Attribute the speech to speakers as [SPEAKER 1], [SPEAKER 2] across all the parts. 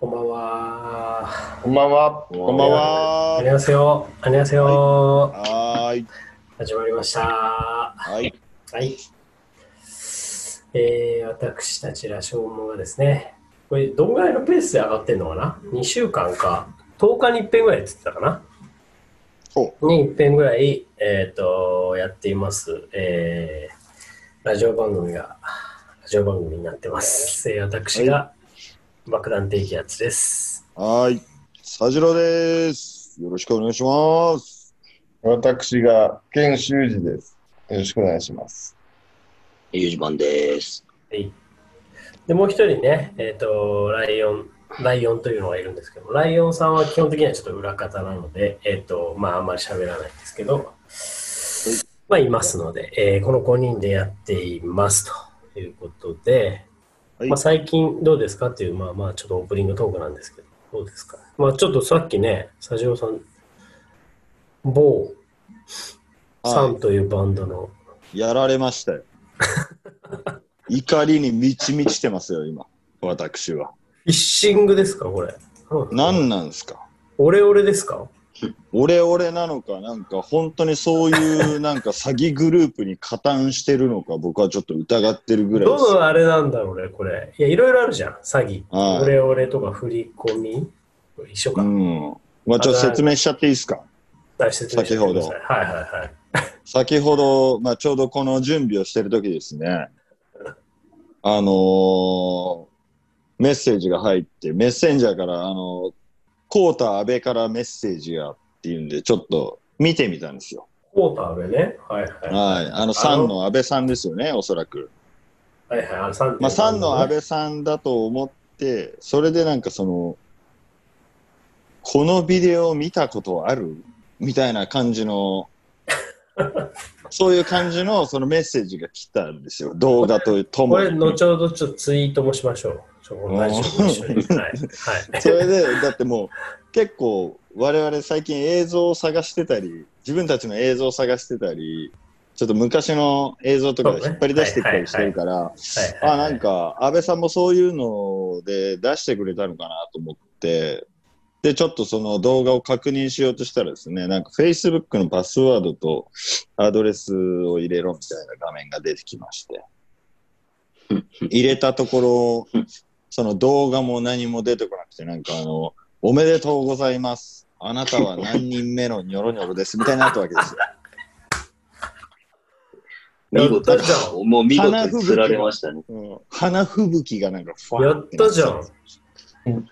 [SPEAKER 1] こんばんは。
[SPEAKER 2] こんばんは。
[SPEAKER 3] こんばん
[SPEAKER 1] あ
[SPEAKER 3] は
[SPEAKER 1] り。がとうよ。ありがとうよ。
[SPEAKER 3] はーい。
[SPEAKER 1] 始まりました。は
[SPEAKER 3] はい。
[SPEAKER 1] い。えー、私たちラショウモがですね、これ、どんぐらいのペースで上がってんのかな ?2 週間か、10日に1遍ぐらいって言ってたかな
[SPEAKER 3] お
[SPEAKER 1] に1遍ぐらい、えっ、と、やっています。えー、ラジオ番組が、ラジオ番組になってます。えー、私が、爆弾低気圧です。
[SPEAKER 3] はーい。佐治郎です。よろしくお願いします。
[SPEAKER 2] 私が、研修士です。よろしくお願いします。
[SPEAKER 4] ゆうじまんです。
[SPEAKER 1] はい。で、もう一人ね、えっ、と、ライオン、ライオンというのがいるんですけど、ライオンさんは基本的にはちょっと裏方なので、えっ、と、まあ、あんまり喋らないんですけど、まあ、いますので、えーこの5人でやっていますということで、
[SPEAKER 3] はい
[SPEAKER 1] まあ、最近どうですかっていう、まあまあ、ちょっとオープニングトークなんですけど、どうですかまあ、ちょっとさっきね、スタジオさん、某さんというバンドの、
[SPEAKER 3] やられまし たよ。怒りに満ち満ちてますよ、今。私は。
[SPEAKER 1] フィッシングですかこれ。
[SPEAKER 3] 何なんですか
[SPEAKER 1] オレオレですか
[SPEAKER 3] 俺俺なのか、なんか本当にそういうなんか詐欺グループに加担してるのか、僕はちょっと疑ってるぐらい
[SPEAKER 1] ど
[SPEAKER 3] です。
[SPEAKER 1] のあれなんだろうね、これ。いや、いろいろあるじゃん。詐欺。
[SPEAKER 3] はい
[SPEAKER 1] オレオレとか振り込み。一緒
[SPEAKER 3] う
[SPEAKER 1] か。
[SPEAKER 3] ん。まあちょっと説明しちゃっていいですか
[SPEAKER 1] 大切にしてください
[SPEAKER 3] 先ほど
[SPEAKER 1] はいはいはい。
[SPEAKER 3] 先ほど、まあ、ちょうどこの準備をしてる時ですね、あのーメッセージが入って、メッセンジャーから、あのー、コータ安倍からメッセージがっていうんで、ちょっと見てみたんですよ。
[SPEAKER 1] コーター上ね。はいは
[SPEAKER 3] はい。あの、3の安倍さんですよね、おそらく。
[SPEAKER 1] い。はいはい。あの3.3
[SPEAKER 3] まあ、3の安
[SPEAKER 1] ね。
[SPEAKER 3] 倍さんだと思って、それでなんかその、このビデオ見たことあるみたいな感 じの、そういう感じのそのメッセージが来たんですよ。動画とと
[SPEAKER 1] こ
[SPEAKER 3] も
[SPEAKER 1] れ、
[SPEAKER 3] に。
[SPEAKER 1] 後ほどちょっとツイートもしましょう。ちょっと同じこと一緒に。はい。はい。
[SPEAKER 3] それで、だってもう結構我々最近映像を探してたり、自分たちの映像を探してたり、ちょっと昔の映像とか引っ張り出してきたりしてるから、
[SPEAKER 1] はい
[SPEAKER 3] あなんか安倍さんもそういうので出してくれたのかなと思ってでちょっとその動画を確認しようとしたらですねなんか Facebook のパスワードとアドレスを入れろみたいな画面が出てきまして入れたところその動画も何も出てこなくてなんかあの「おめでとうございますあなたは何人目のニョロニョロです」みたいになったわ けですよ。
[SPEAKER 4] 見事に
[SPEAKER 1] やったじ
[SPEAKER 4] もう見事に釣られましたね。
[SPEAKER 3] うん花吹雪がなんかふ
[SPEAKER 1] や
[SPEAKER 3] わ
[SPEAKER 1] って
[SPEAKER 3] な
[SPEAKER 1] た
[SPEAKER 3] って
[SPEAKER 1] じゃん。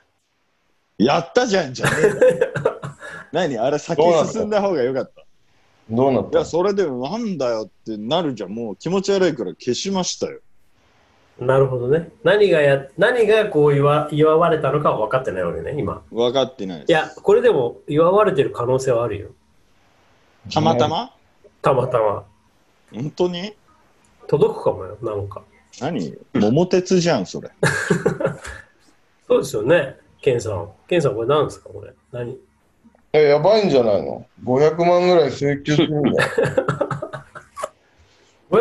[SPEAKER 3] やったじゃんじゃねえ よ何あれ先進んだ方が良かった。
[SPEAKER 2] どうなっ
[SPEAKER 3] い
[SPEAKER 2] た
[SPEAKER 3] や、それでもなんだよってなるじゃん。もう気持ち悪いから消しましたよ。
[SPEAKER 1] なるほどね。何がや、何がこう祝祝われたのかは分かってないわけね、今。
[SPEAKER 3] 分かってないです。
[SPEAKER 1] いや、これでも祝われてる可能性はあるよ。
[SPEAKER 3] たまたま
[SPEAKER 1] たまたま。
[SPEAKER 3] 本当に
[SPEAKER 1] 届くかもよ、なんか。
[SPEAKER 3] 何桃鉄じゃん、それ。
[SPEAKER 1] そうですよね、ケンさん。ケンさん、これ何ですか、これ。何
[SPEAKER 2] え、やばいんじゃないの ?500 万ぐらい請求するんだよ。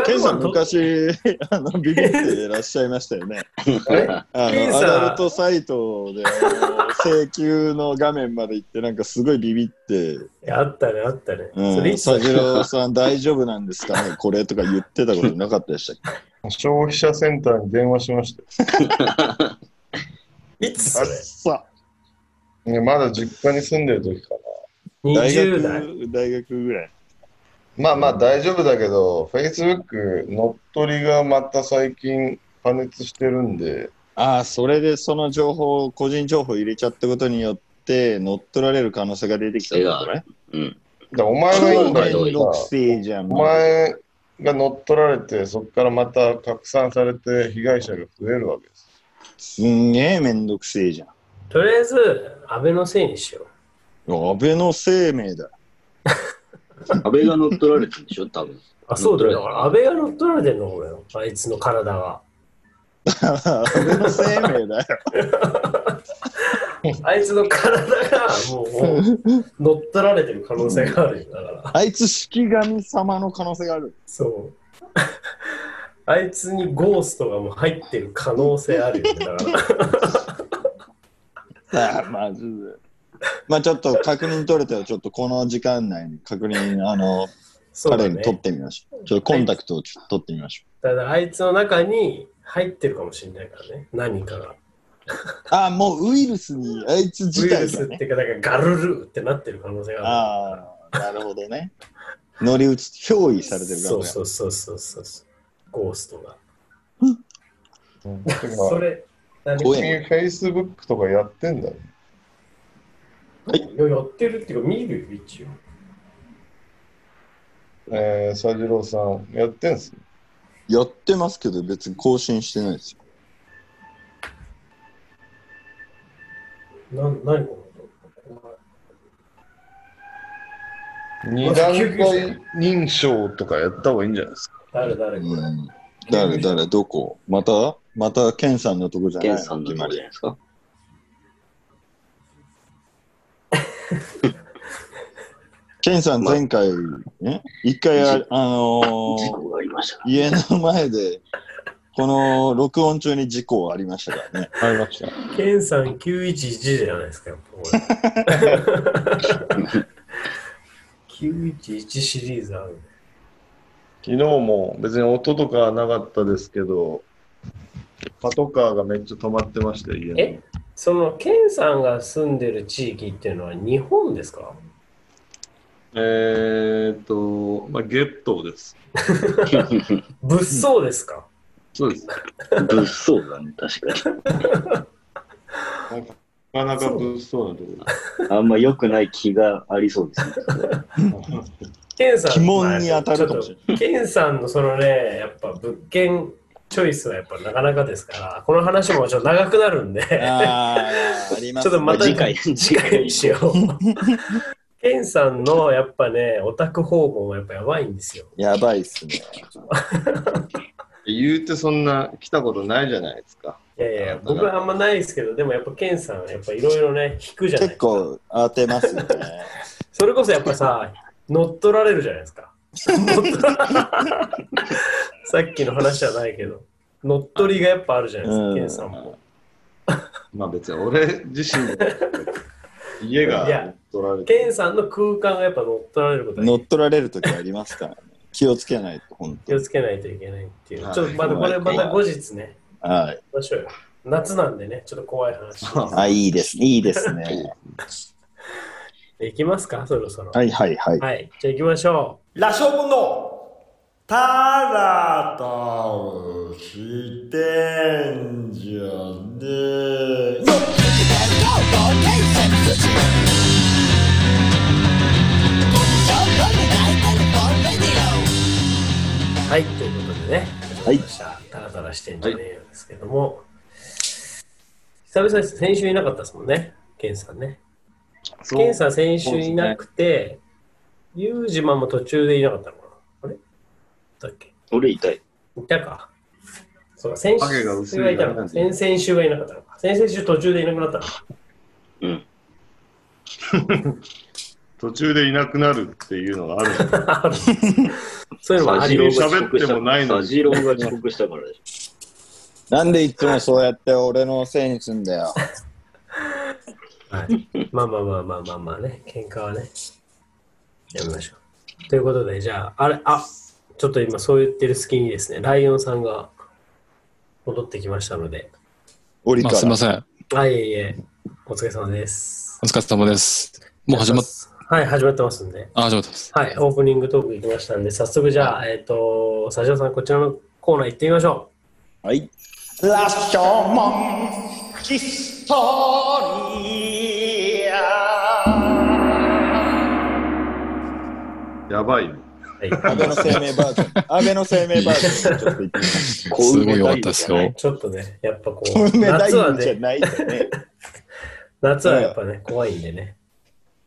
[SPEAKER 3] ケンさん
[SPEAKER 1] と
[SPEAKER 3] 昔、 あの、ビビっていらっしゃいました よね。
[SPEAKER 2] え
[SPEAKER 3] あ
[SPEAKER 1] ケン
[SPEAKER 3] の、
[SPEAKER 1] さ
[SPEAKER 3] ア
[SPEAKER 1] ん
[SPEAKER 3] ダルトサイトで、あの請求の画面まで行って、なんかすごいビビって、
[SPEAKER 1] いやあったね、あったね。
[SPEAKER 3] うん、
[SPEAKER 1] それいつだ
[SPEAKER 3] 佐治郎さん大丈夫なんですかねこれとか言ってたことなかったでしたっけ
[SPEAKER 2] 消費者センターに電話しました
[SPEAKER 1] いつ そ
[SPEAKER 3] あっ
[SPEAKER 1] れ
[SPEAKER 3] さ
[SPEAKER 2] よ。ね、まだ実家に住んでる時か
[SPEAKER 1] ?20 代。
[SPEAKER 3] 大学ぐらい。
[SPEAKER 2] な。まあまあ大丈夫だけど、Facebook 乗っ取りがまた最近加熱してるんで、
[SPEAKER 3] ああ、それでその情報、個人情報入れちゃったことによって、乗っ取られる可能性が出てきたんだね。
[SPEAKER 4] うん。
[SPEAKER 2] だからお前がいいんだ
[SPEAKER 4] そう
[SPEAKER 3] め
[SPEAKER 4] だ
[SPEAKER 3] ん
[SPEAKER 2] よ
[SPEAKER 3] どく
[SPEAKER 2] さ。
[SPEAKER 3] せえじゃん。
[SPEAKER 2] お前が乗っ取られて、そこからまた拡散されて被害者が増えるわけです。
[SPEAKER 3] すんげえめんどくせえじゃん。
[SPEAKER 1] とりあえず、安倍のせいにしよ
[SPEAKER 3] 安倍の生 命だ。
[SPEAKER 4] 安倍が乗っ取られてるんでしょ、多分。
[SPEAKER 1] う。あ、そうだよ。だから安倍が乗っ取られてんの、これ。あいつの体が。
[SPEAKER 3] 安倍の生命だよ。
[SPEAKER 1] あいつの体が、もう、乗っ取られてる可能性があるよ。だから。
[SPEAKER 3] あいつ、式神様の可能性がある。
[SPEAKER 1] そう。 あいつにゴーストがもう入ってる可能性あるよね。だから。
[SPEAKER 3] あーまずまあちょっと確認取れたら、ちょっとこの時間内に確認、あの、
[SPEAKER 1] そうだ
[SPEAKER 3] 彼に取っ
[SPEAKER 1] ね。
[SPEAKER 3] てみましょう。ちょっとコンタクトをちょっと取ってみましょ
[SPEAKER 1] ただ、あいつの中に入ってるかもしれないからね。何かが。
[SPEAKER 3] う。ああ、もうウイルスに、あい
[SPEAKER 1] ウ
[SPEAKER 3] つ自
[SPEAKER 1] イル
[SPEAKER 3] 体
[SPEAKER 1] ス
[SPEAKER 3] が
[SPEAKER 1] っ
[SPEAKER 3] ね。
[SPEAKER 1] ていうか、なんかガルルーってなってる可能性があ
[SPEAKER 3] ああ、なるほどね。乗り移って、憑依
[SPEAKER 1] る。
[SPEAKER 3] されてるか
[SPEAKER 1] そう
[SPEAKER 3] ら
[SPEAKER 1] そうそうそうそうそう。ゴーストが。
[SPEAKER 2] てか
[SPEAKER 1] それ、何
[SPEAKER 3] 怖
[SPEAKER 2] 君、
[SPEAKER 3] い
[SPEAKER 2] Facebook とかやってんだね。
[SPEAKER 1] いややってるっていうか、見るよ、一応。
[SPEAKER 2] えー、佐治郎さん、やってんすね。
[SPEAKER 3] やってますけど、別に更新してないですよ。
[SPEAKER 1] なん何この音
[SPEAKER 2] 二段階認証とかやった方がいいんじゃないですか。
[SPEAKER 1] 誰誰これ、
[SPEAKER 3] うん誰、誰、どこまたまた、ケンさんのとこじゃない
[SPEAKER 4] ケ
[SPEAKER 3] の
[SPEAKER 4] ンさんのとこじゃないですか。
[SPEAKER 3] ケンさん前回、ね、一回あ、あの
[SPEAKER 4] 事
[SPEAKER 3] ー
[SPEAKER 4] 故がありましたから。
[SPEAKER 3] 家の前で、この録音中に事故ありましたから ね。
[SPEAKER 2] ありました。
[SPEAKER 1] ケンさん911じゃないですか、やっぱこれ911シリーズあるね。
[SPEAKER 2] 昨日も別に音とかはなかったですけど、パトカーがめっちゃ止まってました、家に。
[SPEAKER 1] えその、ケンさんが住んでる地域っていうのは日本ですか
[SPEAKER 2] えーっと、まあ、ゲットーです。
[SPEAKER 1] 物騒ですか、
[SPEAKER 2] そうです。な
[SPEAKER 4] 物騒だね、確か
[SPEAKER 2] かなか物騒なところ
[SPEAKER 4] に。あんま良くない気がありそうですね。
[SPEAKER 1] ケンさん
[SPEAKER 3] 鬼門に当たるかもしれ
[SPEAKER 1] ない。ケンさんのそのね、やっぱ物件チョイスはやっぱなかなかですから、この話もちょっと長くなるんで。
[SPEAKER 3] ああ、ありま
[SPEAKER 1] ち
[SPEAKER 3] す
[SPEAKER 1] ょっとまた
[SPEAKER 4] 次回
[SPEAKER 1] 次回にしよう。 ケンさんのやっぱね、オタク訪問はやっぱやばいんですよ。
[SPEAKER 3] やばいっすね。
[SPEAKER 2] 言うてそんな来たことないじゃないですか。
[SPEAKER 1] いやいや、僕はあんまないですけど、でもやっぱケンさんはやっぱいろいろね、引くじゃないで
[SPEAKER 3] 結
[SPEAKER 1] すか。
[SPEAKER 3] 構当てますよね。
[SPEAKER 1] それこそやっぱさ、乗っ取られるじゃないです か。乗っ取らさっきの話じゃないけど、乗っ取りがやっぱあるじゃないです
[SPEAKER 3] う
[SPEAKER 1] か、
[SPEAKER 3] ん
[SPEAKER 1] ケンさんも。
[SPEAKER 2] まあ別に俺自身も
[SPEAKER 1] い
[SPEAKER 2] 家
[SPEAKER 1] や
[SPEAKER 2] が取られて
[SPEAKER 1] ケンさんの空間がやっぱ乗っ取られること
[SPEAKER 3] 乗っ
[SPEAKER 1] に
[SPEAKER 3] 取られる時ありますからね。気をつけないと、本
[SPEAKER 1] 気
[SPEAKER 3] 当
[SPEAKER 1] をつけないといけないっていう。ちょ
[SPEAKER 2] は
[SPEAKER 1] っ
[SPEAKER 2] い
[SPEAKER 1] とまたこれまた後日ね、
[SPEAKER 3] は
[SPEAKER 1] 行
[SPEAKER 3] い。
[SPEAKER 1] きましょうよ。夏なんでね、ちょっと怖い話。
[SPEAKER 3] あ、いいですね。いいですね。
[SPEAKER 1] いきますか、そろそろ。
[SPEAKER 3] はいはいはい。
[SPEAKER 1] はい、じゃあ行きましょ
[SPEAKER 5] 羅生門のたらたをしてんじゃねえよ
[SPEAKER 1] う。はい、ということでね、始まりました。タラタラしてんじゃねえよですけども、久々です。先週いなかったですもんね、ケンさんね。
[SPEAKER 2] そう
[SPEAKER 1] ケンさん先週いなくて、ユージマンも途中でいなかったのかなあれだっけ
[SPEAKER 4] 俺痛い。
[SPEAKER 1] いたか。そうか、先
[SPEAKER 2] 影が薄
[SPEAKER 1] 週
[SPEAKER 2] い
[SPEAKER 1] はいたのか、先々週はいなかったのか。先々週途中でいなくなったのか。
[SPEAKER 4] うん。
[SPEAKER 2] 途中でいなくなるっていうのがある。
[SPEAKER 1] そういうのもあ
[SPEAKER 4] サ
[SPEAKER 1] り
[SPEAKER 4] ジ
[SPEAKER 1] ま
[SPEAKER 4] ロ
[SPEAKER 1] す
[SPEAKER 4] ーが遅刻した
[SPEAKER 2] 喋ってもないのに
[SPEAKER 4] サジローが遅刻したからでし
[SPEAKER 3] なんでいつもそうやって俺のせいにすんだ よ。
[SPEAKER 1] はい、まあまあまあまあまあまあね、喧嘩はね、やめましょう。ということで、じゃあ、あれ、あちょっと今そう言ってる隙にですね、ライオンさんが戻ってきましたので、
[SPEAKER 3] 折
[SPEAKER 6] まあ、
[SPEAKER 3] か
[SPEAKER 6] す
[SPEAKER 3] ら
[SPEAKER 6] みま。せん。
[SPEAKER 1] あ、いえいえ、お疲れ様です。
[SPEAKER 6] お疲れ様です。もう始まっ、
[SPEAKER 1] はい、始まってますんで。
[SPEAKER 6] あ、始まってます。
[SPEAKER 1] はい、オープニングトーク行きましたんで、早速じゃあ、えっ、と、サジオさん、こちらのコーナー行ってみましょ
[SPEAKER 3] はい。
[SPEAKER 5] 羅生門ヒストリア
[SPEAKER 2] やばいね。
[SPEAKER 1] う。はい、
[SPEAKER 3] 安倍の生命バージ ョン。安倍の生命バージョン。ち ょっと言ってみます
[SPEAKER 4] ょ。
[SPEAKER 6] すごい良かったですよ。
[SPEAKER 1] ちょっとね、やっぱこ
[SPEAKER 3] 小
[SPEAKER 1] う、
[SPEAKER 3] 梅大
[SPEAKER 1] 夏は
[SPEAKER 3] 臣じゃ
[SPEAKER 1] ね、
[SPEAKER 3] ないんだね。
[SPEAKER 1] 夏はやっぱね、怖いんでね。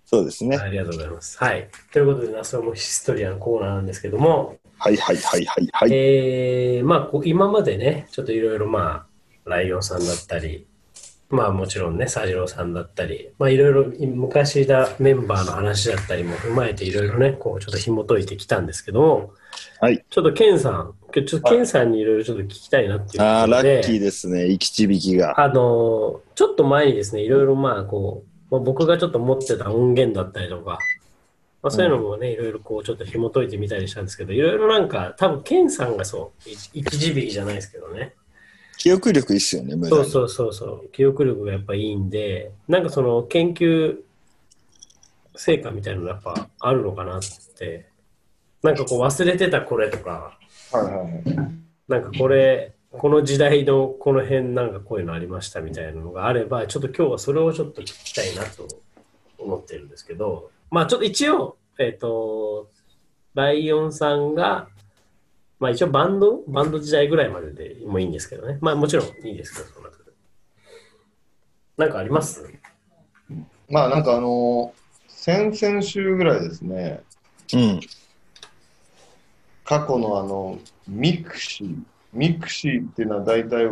[SPEAKER 3] そうですね。
[SPEAKER 1] ありがとうございます。はい。ということで、ナスオモヒストリアのコーナーなんですけども、
[SPEAKER 3] はいはいはいはいはい。
[SPEAKER 1] えーまあ、こう今までね、ちょっといろいろまあ、ライオンさんだったり、まあもちろんね、佐治郎さんだったり、まあいろいろ昔いたメンバーの話だったりも踏まえていろいろね、こうちょっと紐解いてきたんですけども、
[SPEAKER 3] はい。
[SPEAKER 1] ちょっとケンさん、今日ちょっとケンさんにいろいろちょっと聞きたいなっていう
[SPEAKER 3] ああ、
[SPEAKER 1] こと
[SPEAKER 3] ラ
[SPEAKER 1] で
[SPEAKER 3] ッキーですね。行きちびきが。
[SPEAKER 1] あのーちょっと前にですね、いろいろまあこう、まあ、僕がちょっと持ってた音源だったりとか、まあ、そういうのもね、いろいろこうちょっと紐解いてみたりしたんですけど、いろいろなんか、多分ケンさんがそう、い生き字引じゃないですけどね。
[SPEAKER 3] 記憶力いいっすよね、無駄
[SPEAKER 1] そう
[SPEAKER 3] に。
[SPEAKER 1] そうそうそう、記憶力がやっぱいいんで、なんかその研究成果みたいなのやっぱあるのかなって、なんかこう忘れてたこれとか、
[SPEAKER 2] はいはいはい。
[SPEAKER 1] なんかこれ、この時代のこの辺なんかこういうのありましたみたいなのがあれば、ちょっと今日はそれをちょっと聞きたいなと思ってるんですけど、まあちょっと一応、えっ、と、ライオンさんが、まあ一応バンド、バンド時代ぐらいまででもいいんですけどね。まあもちろんいいですけど、その中で。なんかあります
[SPEAKER 2] まあなんかあのー先々週ぐらいですね、
[SPEAKER 3] うん。
[SPEAKER 2] 過去のあの、ミクシー。ミクシーっていうのは大体、え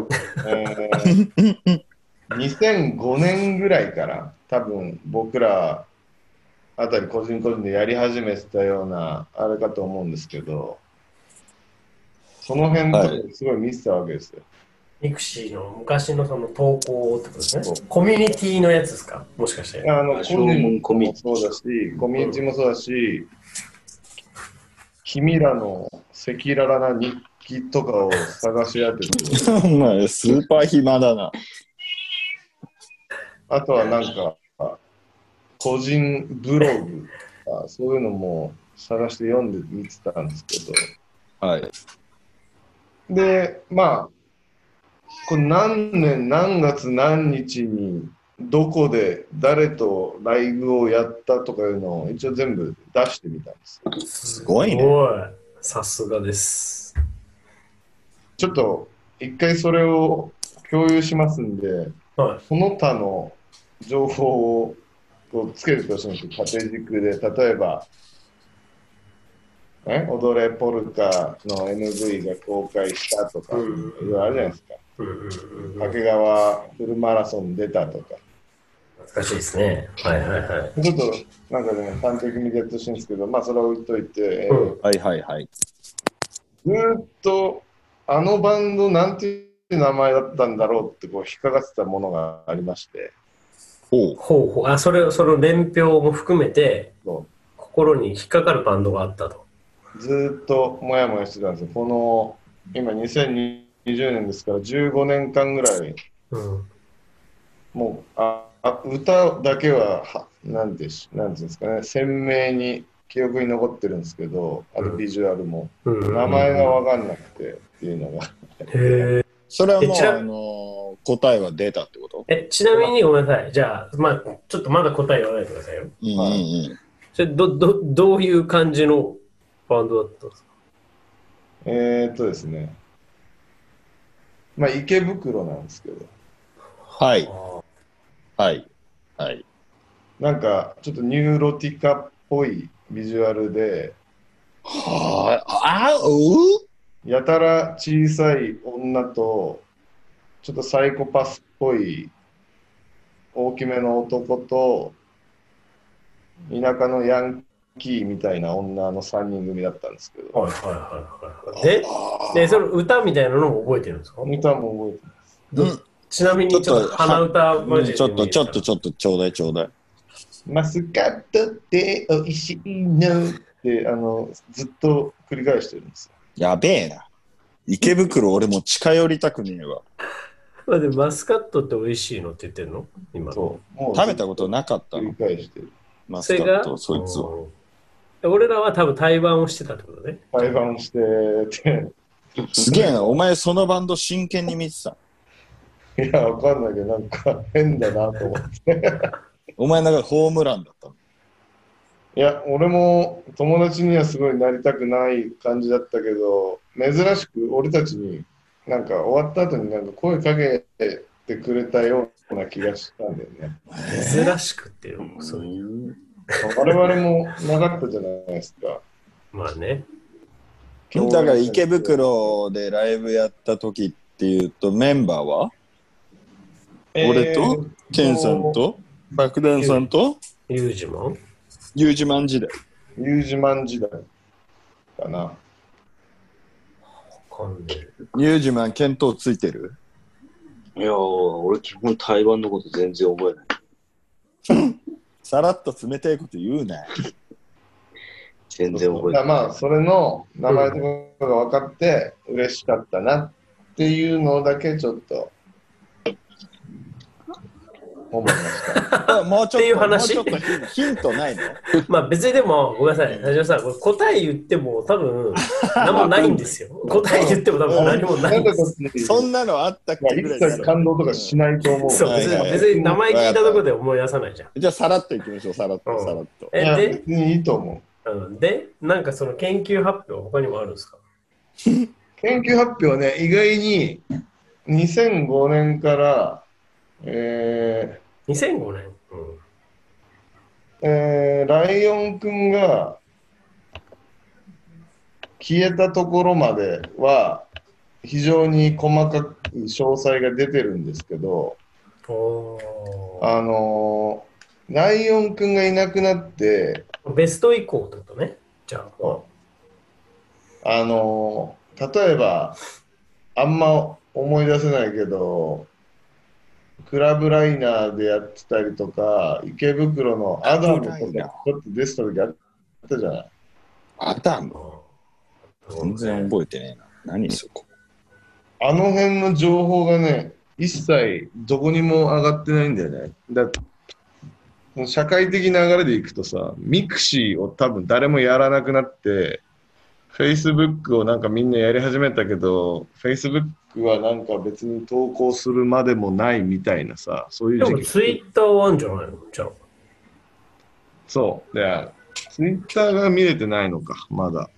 [SPEAKER 2] ー2005年ぐらいから多分僕らあたり個人個人でやり始めてたようなあれかと思うんですけど、その辺とかすごい見てたわけですよ。
[SPEAKER 1] ミクシーの昔のその投稿ってことですね。コミュニティのやつですかもしかして。
[SPEAKER 2] あの、
[SPEAKER 4] あ
[SPEAKER 2] 個人
[SPEAKER 4] コミ
[SPEAKER 2] もそうだし、コミュニティもそうだし、君らの赤裸々な日記とかを探し当てて、
[SPEAKER 3] お前、スーパー暇だな。
[SPEAKER 2] あとはなんか、個人ブログとか、そういうのも探して読んでみてたんですけ
[SPEAKER 3] はい。
[SPEAKER 2] ど、で、まあ、これ何年何月何日にどこで誰とライブをやったとかいうのを一応全部出してみたんですよ
[SPEAKER 1] す
[SPEAKER 3] ごいね
[SPEAKER 1] すごい。さすがです。
[SPEAKER 2] ちょっと一回それを共有しますんで、
[SPEAKER 1] はい。
[SPEAKER 2] その他の情報をこうつけるとしましょう。縦軸で、例えば、え踊れポルカの MV が公開したとか、い
[SPEAKER 1] うん
[SPEAKER 2] ろいろあるじゃないですか。
[SPEAKER 1] うんうんうんうん
[SPEAKER 2] 掛川フルマラソン出たとか。
[SPEAKER 1] 懐かしいですね。はいはいはい。
[SPEAKER 2] ちょっとなんかね、端的にゲットしてるんですけど、まあそれは置いといて、え
[SPEAKER 1] う
[SPEAKER 2] ー
[SPEAKER 1] ん、
[SPEAKER 3] はいはいはい。
[SPEAKER 2] ずーっとあのバンドなんていう名前だったんだろうってこう引っかかってたものがありまして、
[SPEAKER 3] おう。
[SPEAKER 1] ほうほう。あ、それ、その年表も含めて、
[SPEAKER 2] そう
[SPEAKER 1] 心に引っかかるバンドがあったと。
[SPEAKER 2] ずーっともやもやしてたんですよ。この今2020年ですから15年間ぐらい
[SPEAKER 1] うん。
[SPEAKER 2] もうああ歌だけははなんてしなんていうんですかね鮮明に記憶に残ってるんですけどあとビジュアルも
[SPEAKER 1] うんうん、
[SPEAKER 2] 名前がわかんなくてっていうのが
[SPEAKER 1] へえ。
[SPEAKER 3] それはも
[SPEAKER 1] え
[SPEAKER 3] う、
[SPEAKER 1] ちな
[SPEAKER 3] あのー答えは出たってこと
[SPEAKER 1] え、ちなみにごめんなさい。じゃあ、まあ、ちょっとまだ答え言わないでくださいよ。
[SPEAKER 3] うんうんうん。
[SPEAKER 1] それ、ど、ど、どういう感じのバンドだったんですか
[SPEAKER 2] えー、っとですねまあ池袋なんですけど
[SPEAKER 3] はい。
[SPEAKER 1] あ
[SPEAKER 3] はい。はい。
[SPEAKER 2] なんかちょっとニューロティカっぽいビジュアルで
[SPEAKER 3] はあ、あう
[SPEAKER 2] やたら小さい女と、ちょっとサイコパスっぽい大きめの男と、田舎のヤンキーみたいな女の3人組だったんですけ
[SPEAKER 1] あ
[SPEAKER 2] ど、
[SPEAKER 1] はいはいはいはい。で、で、その歌みたいなのも覚えてるんですか
[SPEAKER 2] 歌も覚えて
[SPEAKER 3] うん
[SPEAKER 1] ちなみに、ちょっと鼻歌
[SPEAKER 3] う
[SPEAKER 1] マ
[SPEAKER 3] ん
[SPEAKER 1] ジで
[SPEAKER 3] ちょっと、ちょっと、
[SPEAKER 1] ち
[SPEAKER 3] ちょっと、ちょうだい、ちょうだい。
[SPEAKER 2] マスカットって美味しいのって、あの、ずっと繰り返してるんですよ。
[SPEAKER 3] やべえな。池袋、俺もう近寄りたくねえわ。
[SPEAKER 1] ょっと。マスカットって美味しいのって言ってるの今。
[SPEAKER 2] そう。もう
[SPEAKER 3] 食べたことなかった
[SPEAKER 2] 繰
[SPEAKER 3] の
[SPEAKER 2] り返してる。
[SPEAKER 3] マ
[SPEAKER 1] そ
[SPEAKER 3] ス
[SPEAKER 1] れ
[SPEAKER 3] カ
[SPEAKER 1] が
[SPEAKER 3] ット、そいつを。
[SPEAKER 1] うん俺らは多分対バンをしてたってことね。
[SPEAKER 2] 対バンしてて、
[SPEAKER 3] すげえな、お前そのバンド真剣に見てた。
[SPEAKER 2] いや、わかんないけど、なんか変だなと思って。
[SPEAKER 3] お前なんかホームランだったの。
[SPEAKER 2] いや、俺も友達にはすごいなりたくない感じだったけど、珍しく俺たちに、なんか終わった後になんか声かけてくれたような気がしたんだよね。
[SPEAKER 1] 珍しくっていうのもそういう。
[SPEAKER 2] 我々もなかったじゃないですか。
[SPEAKER 1] まあね。
[SPEAKER 3] だから池袋でライブやった時っていうとメンバーは俺とケンさんと爆弾さんと
[SPEAKER 1] ユージも
[SPEAKER 3] ユージマン時代。
[SPEAKER 2] ユージマン時代かな。
[SPEAKER 1] わかんない
[SPEAKER 3] ユージマン見当ついてる
[SPEAKER 4] いやー、俺基本台湾のこと全然覚えない。
[SPEAKER 3] さらっと冷たいこと言うな。
[SPEAKER 4] 全然覚え
[SPEAKER 2] だ
[SPEAKER 4] な
[SPEAKER 2] から
[SPEAKER 4] い。
[SPEAKER 2] まあ、それの名前とかが分かって、嬉しかったなっていうのだけちょっと、思いました。
[SPEAKER 3] もうち
[SPEAKER 1] っ
[SPEAKER 3] ょっと
[SPEAKER 1] ていう話
[SPEAKER 3] もうちょっとヒンヒントないの
[SPEAKER 1] まあ別にでも、ごめんなさい、田島さん、これ答え言っても多分、何もないんですよ。答え言っても多分何もないんです。
[SPEAKER 3] そ
[SPEAKER 2] そん
[SPEAKER 3] んなのあったっ
[SPEAKER 2] な
[SPEAKER 3] け
[SPEAKER 2] に、
[SPEAKER 3] ぐらい
[SPEAKER 2] 一
[SPEAKER 3] だ
[SPEAKER 2] 切感動とかしないと思う。
[SPEAKER 1] そう、
[SPEAKER 3] はい
[SPEAKER 1] 別
[SPEAKER 3] はいはい
[SPEAKER 1] に別に名前聞いたところで思い出さないじゃん。
[SPEAKER 3] じゃあさらっといきましょう、さらっ
[SPEAKER 1] う
[SPEAKER 3] と、
[SPEAKER 1] ん
[SPEAKER 3] さらっと。
[SPEAKER 2] いや、
[SPEAKER 1] え、で
[SPEAKER 2] 別、にいいと思う。
[SPEAKER 1] うんで、なんかその研究発表、他にもあるんですか
[SPEAKER 2] 研究発表ね、意外に2005年から、え
[SPEAKER 1] ?2005 年。うん
[SPEAKER 2] ーえーライオンくんが消えたところまでは非常に細かい詳細が出てるんですけど、
[SPEAKER 1] お
[SPEAKER 2] あのーライオンくんがいなくなって、
[SPEAKER 1] ーベスト以降ってことね。じゃあ、
[SPEAKER 2] あのー例えばあんま思い出せないけどクラブライナーでやってたりとか池袋のアダムとか
[SPEAKER 3] クラブライナー
[SPEAKER 2] ちょっと出てた時あったじゃない
[SPEAKER 3] アダム全然覚えてねえな。何そこ。
[SPEAKER 2] あの辺の情報がね一切どこにも上がってないんだよねだもう社会的な流れでいくとさミクシーを多分誰もやらなくなってフェイスブックをなんかみんなやり始めたけどフェイスブックはなんか別に投稿するまでもないみたいなさそういう
[SPEAKER 1] でも
[SPEAKER 2] 時期
[SPEAKER 1] ツイッターはあるんじゃないのじゃあ。
[SPEAKER 2] そうでツイッターが見れてないのかまだ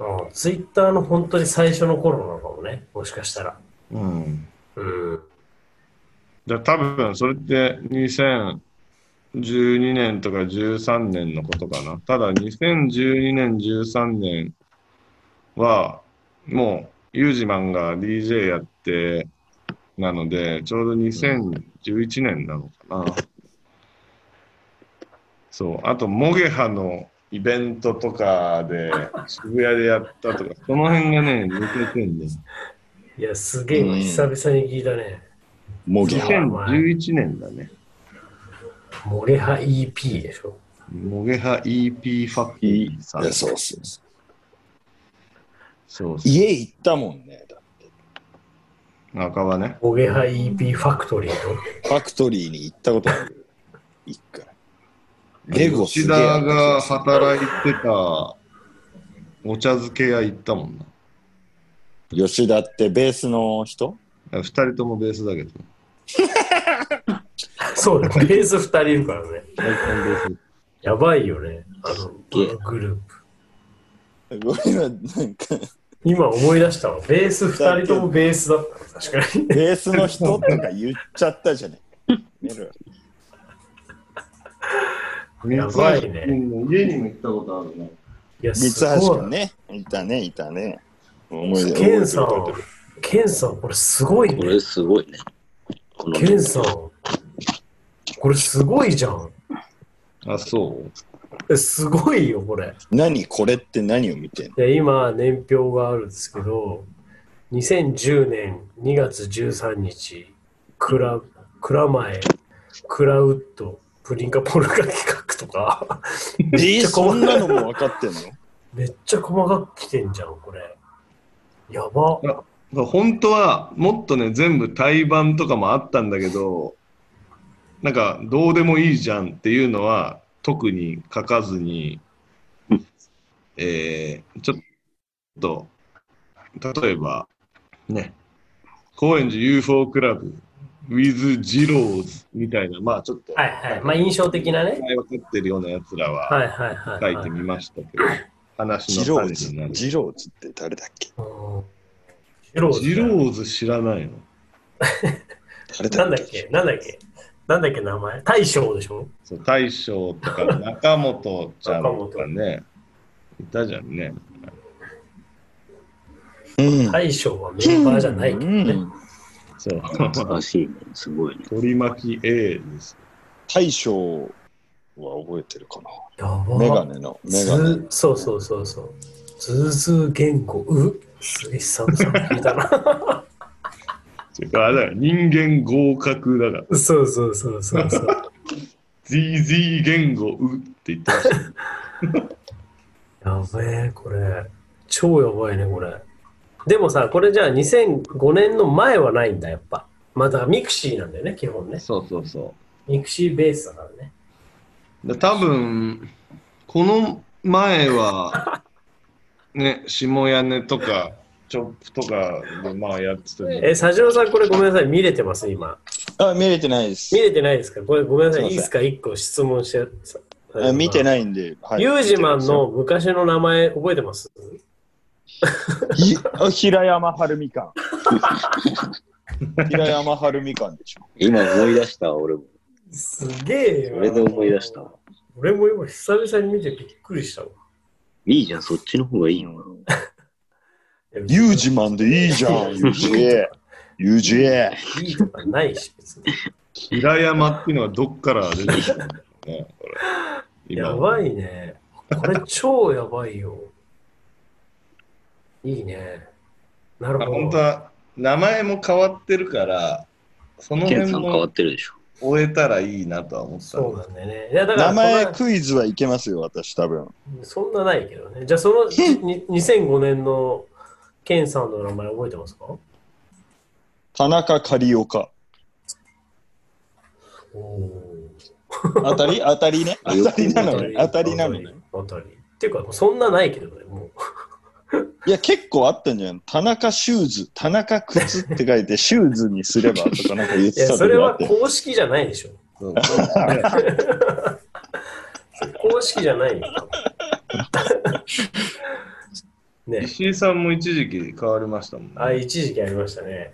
[SPEAKER 1] あツイッターの本当に最初の頃なのかもね、もしかしたら。
[SPEAKER 2] うん
[SPEAKER 1] うん。
[SPEAKER 2] だ多分それって2012年とか13年のことかな。ただ2012年、13年はもうユージマンが DJ やってなので、ちょうど2011年なのかな。そう、あとモゲハのイベントとかで渋谷でやったとか、その辺がね、抜けてんだよ。
[SPEAKER 1] いや、すげえわ、
[SPEAKER 3] うん
[SPEAKER 1] 久々に聞いたね。
[SPEAKER 3] モゲハ。
[SPEAKER 2] 2011年だね。
[SPEAKER 1] モゲハ EP でしょ。
[SPEAKER 2] モゲハ EP ファクト
[SPEAKER 3] い
[SPEAKER 2] リ
[SPEAKER 3] い
[SPEAKER 2] ーさん。
[SPEAKER 3] やそうそうそう
[SPEAKER 2] そうそう。
[SPEAKER 3] 家行ったもんね。
[SPEAKER 2] 中はね。
[SPEAKER 1] モゲハ EP ファクトリーの。
[SPEAKER 3] ファクトリーに行ったことあ る。一回。レゴす
[SPEAKER 2] 吉
[SPEAKER 3] げえあ
[SPEAKER 2] 田
[SPEAKER 3] った
[SPEAKER 2] が働いてたお茶漬け屋行ったもんな。
[SPEAKER 3] 吉田ってベースの人
[SPEAKER 2] 二人ともベースだけど。
[SPEAKER 1] そうだ、ベース2人いるからね。
[SPEAKER 2] 二人ともベース
[SPEAKER 1] やばいよね、あの
[SPEAKER 4] げえ
[SPEAKER 1] グループ。
[SPEAKER 3] すごいな、なんか、
[SPEAKER 1] 今思い出したわ、ベース2人ともベースだったの確かに。
[SPEAKER 3] ベースの人とか言っちゃった じゃない。メロ
[SPEAKER 1] やばいね
[SPEAKER 2] 三橋君の家にも行ったことあるね。
[SPEAKER 1] いや、
[SPEAKER 3] 三
[SPEAKER 1] す
[SPEAKER 3] 橋
[SPEAKER 1] ご
[SPEAKER 3] 君
[SPEAKER 1] い。
[SPEAKER 3] ね。いたね、いたね。思い出
[SPEAKER 1] ケンさん
[SPEAKER 3] 覚えてる、
[SPEAKER 1] ケンさん、これすごい
[SPEAKER 4] こ
[SPEAKER 1] ね
[SPEAKER 4] れ。すごいね。この
[SPEAKER 1] ケンさん、これすごいじゃん。
[SPEAKER 2] あ、そう。
[SPEAKER 1] えすごいよ、これ。
[SPEAKER 3] 何これって何を見てんの
[SPEAKER 1] で今、年表があるんですけど、2010年2月13日、クラ、クラマエ、クラウッド、プリンカポルカ企画とか、
[SPEAKER 3] え
[SPEAKER 1] めっち
[SPEAKER 3] ー、
[SPEAKER 1] ゃ細
[SPEAKER 3] そ
[SPEAKER 1] か
[SPEAKER 3] ん
[SPEAKER 1] い
[SPEAKER 3] なのも分かってんの
[SPEAKER 1] めっちゃ細かく来てんじゃん、これ。やば。
[SPEAKER 2] だから本当はもっとね全部対バンとかもあったんだけどなんかどうでもいいじゃんっていうのは特に書かずに、えー、ちょっと例えばね高円寺 UFO クラブ with ジローズみたいなまあちょっと
[SPEAKER 1] はいはい。まあ、印象的なね。
[SPEAKER 2] 分かってるようなやつらは
[SPEAKER 1] はいはいはい、
[SPEAKER 2] 書
[SPEAKER 1] はい
[SPEAKER 2] てみましたけど、話
[SPEAKER 3] ジ
[SPEAKER 2] の
[SPEAKER 3] ロー
[SPEAKER 2] 種にな
[SPEAKER 3] ズ。
[SPEAKER 2] る
[SPEAKER 3] ジローズって誰だっけ
[SPEAKER 1] うんジローズ
[SPEAKER 2] ジローズ知らないの
[SPEAKER 1] な
[SPEAKER 3] 誰だ
[SPEAKER 1] ん
[SPEAKER 3] っ
[SPEAKER 1] だっけなんだっけなんだっけ名前大将でしょ
[SPEAKER 2] そう大将とか中本ちゃんとかね、いたじゃんね。
[SPEAKER 3] けうん。
[SPEAKER 1] 大将はメンバーじゃないけどね。
[SPEAKER 3] うんそう。
[SPEAKER 4] 懐かしいね。すごいね。
[SPEAKER 2] 取り巻き A です。
[SPEAKER 3] 大将は覚えてるかな。
[SPEAKER 1] やば
[SPEAKER 3] メガネの、メガネ。
[SPEAKER 1] ずそうそうそうそう。ズーズー言語、うすげえ久々に聞いた な。
[SPEAKER 2] てか、あれだよ人間合格だから。
[SPEAKER 1] そうそうそうそうそう。
[SPEAKER 2] ZZ 言語うって言ってました。
[SPEAKER 1] やべえ、これ。超やばいね、これ。でもさ、これじゃあ2005年の前はないんだ、やっぱ。まだミクシーなんだよね、基本ね。
[SPEAKER 2] そうそうそ
[SPEAKER 1] ミクシーベースだからね。
[SPEAKER 2] う。だ多分、この前は、ね、下屋根とか、チョップとかでまあやってた
[SPEAKER 1] え、佐治郎さん、これごめんなさい、見れてます、今。
[SPEAKER 3] あ、見れてないです
[SPEAKER 1] 見。れてないですかこれごめんなさい、
[SPEAKER 3] すいま
[SPEAKER 1] い
[SPEAKER 3] せ
[SPEAKER 1] い
[SPEAKER 3] ん
[SPEAKER 1] ですか ?1 個質問してさ。
[SPEAKER 3] あ見て
[SPEAKER 1] い。
[SPEAKER 3] ないんで。はい
[SPEAKER 1] ユージマンの昔の名前覚えてます
[SPEAKER 3] ひあ平山晴美館。平山晴美館でしょ。
[SPEAKER 4] 今思い出した、俺も。
[SPEAKER 1] すげえよ。
[SPEAKER 4] それで思い出した。
[SPEAKER 1] 俺も今久々に見てびっくりしたわ。
[SPEAKER 4] いいじゃん、そっちの方がいいのかな。
[SPEAKER 3] ユージマンでいいじゃん、ユージエ。ユージエ。
[SPEAKER 1] いいとかないし、別に。
[SPEAKER 2] 平山っていうのはどっから出てきたんだろうね、これ。
[SPEAKER 1] や
[SPEAKER 2] い。
[SPEAKER 1] ばいね。これ超やばいよ。いいね。なる
[SPEAKER 2] あ
[SPEAKER 1] ほ
[SPEAKER 2] 本当
[SPEAKER 1] ど。
[SPEAKER 2] は、名前も変わってるから、その
[SPEAKER 4] ケン
[SPEAKER 2] 辺
[SPEAKER 4] さん変わ
[SPEAKER 2] も
[SPEAKER 4] ってるでしょ。
[SPEAKER 2] 終えたらいいなとは思ったんだけど。
[SPEAKER 1] そうなんだよね。いやだからそ
[SPEAKER 3] 名
[SPEAKER 1] んな
[SPEAKER 3] 前クイズはいけますよ、私多分。
[SPEAKER 1] そんなないけどね。じゃあそのに2005年のケンさんの名前覚えてますか
[SPEAKER 3] 田中狩岡。
[SPEAKER 1] おお。
[SPEAKER 3] 当 たり当たりね。当たりなのね。当たりなのね。。
[SPEAKER 1] 当たり。っていうか、そんなないけどね、もう。
[SPEAKER 3] いや、結構あったんじゃない田中シューズ、田中靴って書いて、シューズにすればとかなんか言っ
[SPEAKER 1] い
[SPEAKER 3] て
[SPEAKER 1] や、
[SPEAKER 3] た
[SPEAKER 1] それ
[SPEAKER 3] 時があ
[SPEAKER 1] は
[SPEAKER 3] って。
[SPEAKER 1] 公式じゃないでしょ。
[SPEAKER 2] そう
[SPEAKER 1] 公式じゃない よ。ね
[SPEAKER 2] 石井さんも一時期変わりましたもんね。
[SPEAKER 1] あ、一時期ありましたね。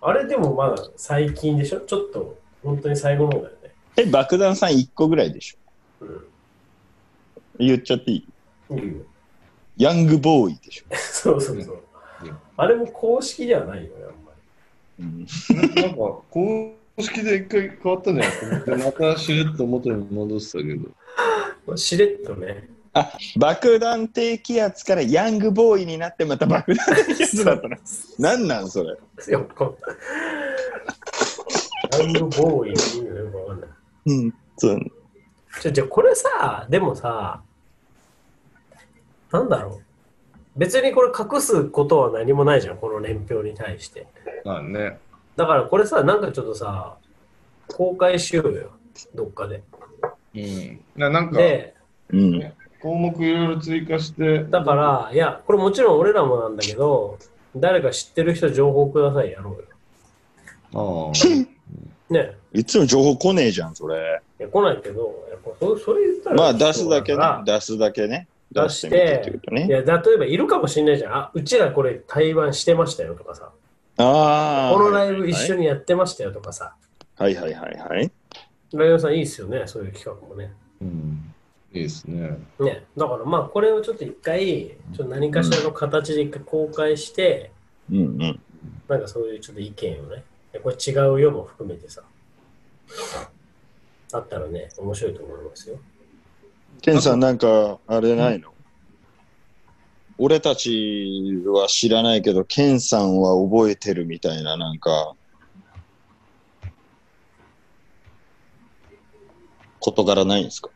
[SPEAKER 1] あれでもまだ最近でしょちょっと、本当に最後の方だよね。
[SPEAKER 3] え、爆弾さん1個ぐらいでしょ。言っちゃっていい
[SPEAKER 1] うん。
[SPEAKER 3] ヤングボーイでしょ。
[SPEAKER 1] そうそうそう
[SPEAKER 2] うん。
[SPEAKER 1] あれも公式ではないよね、あんま
[SPEAKER 3] うん
[SPEAKER 2] なんか公式で一回変わったんじゃないですか。でまたしれっと元に戻してたけど。
[SPEAKER 1] りまあ。しれっとね。
[SPEAKER 3] 爆弾低気圧からヤングボーイになってまた爆弾低気圧だったな。なんなんそれ。
[SPEAKER 1] よっ こ。ヤングボーイっていうのよくわかんない。
[SPEAKER 3] うん。そう
[SPEAKER 1] じゃじゃこれさ、でもさ、なんだろう。別にこれ隠すことは何もないじゃん、この年表に対して。
[SPEAKER 2] まあね。
[SPEAKER 1] だからこれさ、なんかちょっとさ、公開しようよ、どっかで。
[SPEAKER 2] うん。ななんか
[SPEAKER 1] で、
[SPEAKER 3] うん。
[SPEAKER 2] 項目いろいろ追加して。
[SPEAKER 1] だか。ら、いや、これもちろん俺らもなんだけど、誰か知ってる人情報ください、やろうよ。
[SPEAKER 2] ああ。
[SPEAKER 1] ね
[SPEAKER 3] いつも情報来ねえじゃん、それ。
[SPEAKER 1] え。いや来ないけど、やっぱそそれ言ったら。
[SPEAKER 3] まあ出すだけ
[SPEAKER 1] しょう
[SPEAKER 3] ね
[SPEAKER 1] がない。
[SPEAKER 3] 出すだけね。
[SPEAKER 1] 出
[SPEAKER 3] 出
[SPEAKER 1] し
[SPEAKER 3] しててみてっていうこと
[SPEAKER 1] い
[SPEAKER 3] ね。
[SPEAKER 1] や、例えばいるかもしれないじゃん。あ、うちらこれ対バンしてましたよとかさ、
[SPEAKER 3] ああ。
[SPEAKER 1] このライブ一緒にやってましたよとかさ、
[SPEAKER 3] はいはいはいはい。
[SPEAKER 1] ライオンさんいいっすよね、そういう企画もね。
[SPEAKER 2] うん。いいですね。
[SPEAKER 1] ね、だからまあこれをちょっと一回、ちょっと何かしらの形で一回公開して、
[SPEAKER 3] うんうん。
[SPEAKER 1] なんかそういうちょっと意見をね、でこれ違うよも含めてさ、あったらね、面白いと思いますよ。
[SPEAKER 3] ケンさんなんか、あれないの、俺たちは知らないけど、ケンさんは覚えてるみたいな、なんか、事柄ないんですか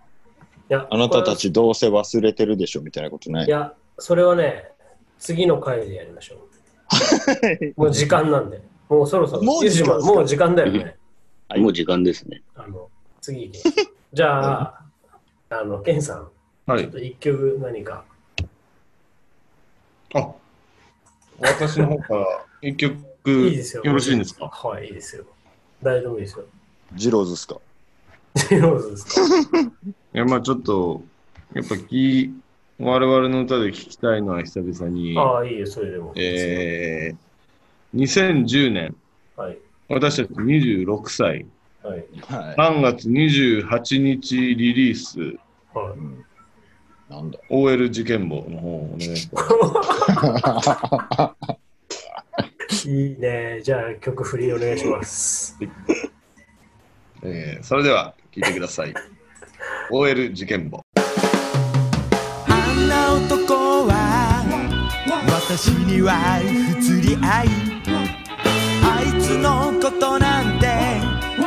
[SPEAKER 1] いや
[SPEAKER 3] あなたた
[SPEAKER 1] こ
[SPEAKER 3] ちどうせ忘れてるでしょみたいなことな
[SPEAKER 1] れ
[SPEAKER 3] い
[SPEAKER 1] いや、それはね、次の回でやりましょう。もう時間なんで、もうそろそろ、
[SPEAKER 3] もう時間
[SPEAKER 1] ゆじまもう時間だよね。
[SPEAKER 3] はい
[SPEAKER 4] もう時間ですね。
[SPEAKER 1] あの、次行こうじゃあ、あの、ケンさん、
[SPEAKER 2] は
[SPEAKER 1] ちょっ
[SPEAKER 2] い。
[SPEAKER 1] と一曲何か。
[SPEAKER 2] あ私の方から一曲
[SPEAKER 1] いいですよ。
[SPEAKER 2] よろしいんですか
[SPEAKER 1] はい、いいですよ。誰でもいいですよ。
[SPEAKER 3] ジローズっすか
[SPEAKER 1] ジローズですか
[SPEAKER 2] いや、まあちょっと、やっぱき我々の歌で聞きたいのは久々に、
[SPEAKER 1] ああ、いいよ、それでも。
[SPEAKER 2] えー、2010年、
[SPEAKER 1] はい。
[SPEAKER 2] 私たち26歳、
[SPEAKER 1] はい。
[SPEAKER 3] はい。
[SPEAKER 2] 3月28日リリース、
[SPEAKER 1] はい
[SPEAKER 3] なんだ
[SPEAKER 2] OL 事件簿の方をお願いします。
[SPEAKER 1] いいね。じゃあ曲振りお願いします。
[SPEAKER 2] えーそれでは聞いてく ださい。OL 事件簿。
[SPEAKER 7] あんな男は私には不釣り合いあいつのことなんて僕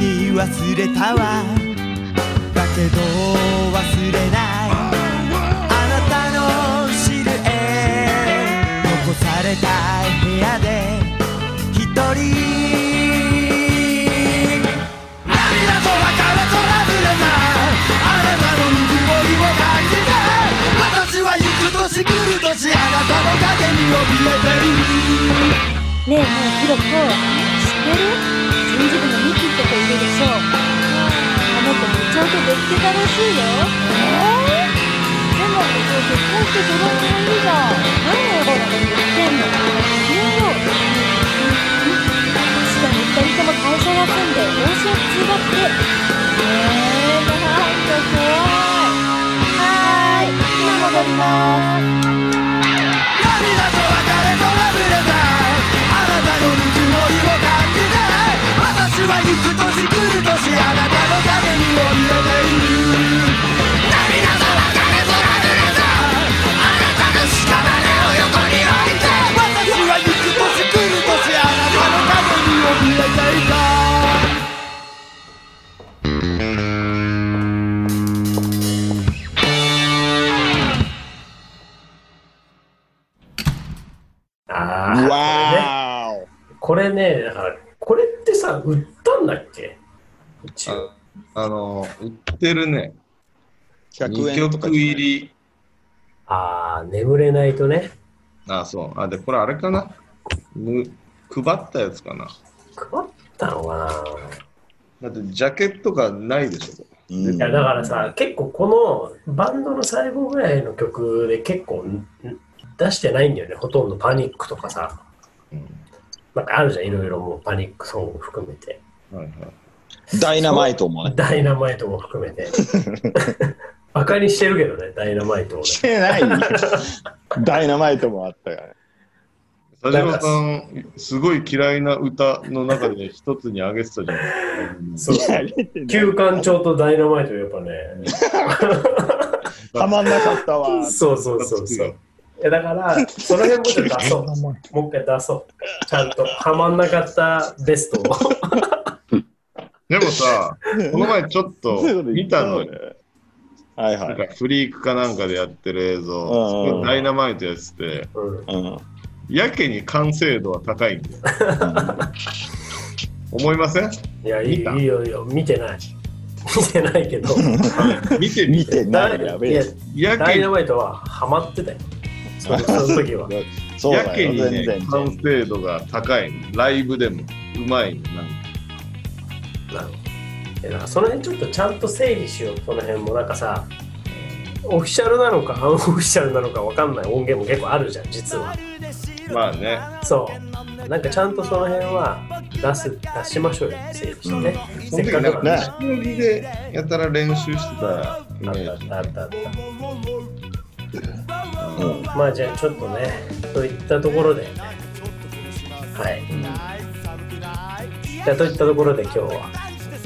[SPEAKER 7] に忘れたわだけど忘れないあなたのシルエ残された部屋で一人涙と別れとラブレターあなたのぬくもりを感じた私は行く年来る年あなたの影に怯えてる
[SPEAKER 8] ねえねえひろこ知ってる人事部のミキって子いるでしょあの子部長とぶつけたらしいよええでも部長結婚して子供もいるじゃん何をほら言ってんの言うよしかも二人とも会社休んで練習中だってえー、なんか怖いはーい今戻ります
[SPEAKER 7] 涙と別れとラブレターあなたのぬくもりを感じた私は行く年来る年あなたの影に怯えている涙と別れとラブレターあなたの屍を横に置いて私は行く年来る年あなたの影に怯えていた
[SPEAKER 1] ああ、
[SPEAKER 3] わーお
[SPEAKER 1] これね、だから、これってさ、売ったんだっけ一応。
[SPEAKER 2] あの、売ってるね。
[SPEAKER 3] 100
[SPEAKER 2] 2
[SPEAKER 3] 円とか
[SPEAKER 2] 曲入り。
[SPEAKER 1] ああ、眠れないとね、
[SPEAKER 2] あ、そう。あ、で、これあれかな。む配ったやつかな。
[SPEAKER 1] 配ったのか
[SPEAKER 2] だって、ジャケットがないでしょ。
[SPEAKER 3] うん
[SPEAKER 1] な。いや、だからさ、結構このバンドの最後ぐらいの曲で結構ん出してないんだよね、ほとんどパニックとかさ。
[SPEAKER 2] うん
[SPEAKER 1] なんかあるじゃん、いろいろもうパニックソング含めて。
[SPEAKER 2] はいはい。
[SPEAKER 3] ダイナマイトもね。
[SPEAKER 1] ダイナマイトも含め て。バカにしてるけどね、ダイナマイトをね。
[SPEAKER 3] してない ダイナマイトもあったからね。
[SPEAKER 2] 佐島さん、すごい嫌いな歌の中で一つに挙げてたじゃん。
[SPEAKER 1] そう
[SPEAKER 3] やれてない
[SPEAKER 1] 旧館長とダイナマイトやっぱね、
[SPEAKER 3] たまんなかったわ。
[SPEAKER 1] そうそうそうそう。いやだから、その辺もちょっと出そう。もう一回出そう。ちゃんと、はまんなかったベストを。
[SPEAKER 2] でもさ、この前ちょっと
[SPEAKER 3] そういうこと言
[SPEAKER 2] 見
[SPEAKER 3] った
[SPEAKER 2] た
[SPEAKER 3] の
[SPEAKER 2] の
[SPEAKER 3] ね
[SPEAKER 2] よ。
[SPEAKER 3] はいは
[SPEAKER 2] なん
[SPEAKER 3] い。
[SPEAKER 2] かフリークかなんかでやってる映
[SPEAKER 3] う
[SPEAKER 2] 像、
[SPEAKER 3] ん
[SPEAKER 2] そこでダイナマイトやってて、
[SPEAKER 1] うん、
[SPEAKER 3] うん。
[SPEAKER 2] やけに完成度は高いんだよ。思いません
[SPEAKER 1] いや、いい
[SPEAKER 2] 見た
[SPEAKER 1] いいよ、いいよ、見てない。見てないけど、
[SPEAKER 2] 見てみ
[SPEAKER 3] 見
[SPEAKER 2] て。
[SPEAKER 3] てない。やべ
[SPEAKER 1] いや
[SPEAKER 3] え。
[SPEAKER 2] や
[SPEAKER 1] ダ
[SPEAKER 2] け
[SPEAKER 1] イ
[SPEAKER 2] に
[SPEAKER 1] ナマイトはハマってたよ。そのその時 は。
[SPEAKER 3] そう
[SPEAKER 2] や
[SPEAKER 3] だ
[SPEAKER 2] け
[SPEAKER 3] よ、
[SPEAKER 2] に、
[SPEAKER 3] 全
[SPEAKER 2] ね
[SPEAKER 3] 然、。
[SPEAKER 2] 完成度が高い。ライブでもうまい。なんか
[SPEAKER 1] なのでなんかその辺ちょっとちゃんと整理しようその辺もなんかさオフィシャルなのかアンオフィシャルなのかわかんない音源も結構あるじゃん実は
[SPEAKER 2] まあね、
[SPEAKER 1] そうなんかちゃんとその辺は出す出しましょうよ整理してね、
[SPEAKER 2] そ
[SPEAKER 1] せっ
[SPEAKER 2] の時
[SPEAKER 1] かく
[SPEAKER 2] なん
[SPEAKER 1] なん
[SPEAKER 2] か
[SPEAKER 1] で
[SPEAKER 3] ね
[SPEAKER 2] 西荻でやたら練習してたイメ
[SPEAKER 1] あ
[SPEAKER 2] ー
[SPEAKER 1] っ
[SPEAKER 2] ジ。
[SPEAKER 1] たあったあった
[SPEAKER 3] うん
[SPEAKER 1] まあじゃあちょっとねといったところではい、じゃあといったところで今日は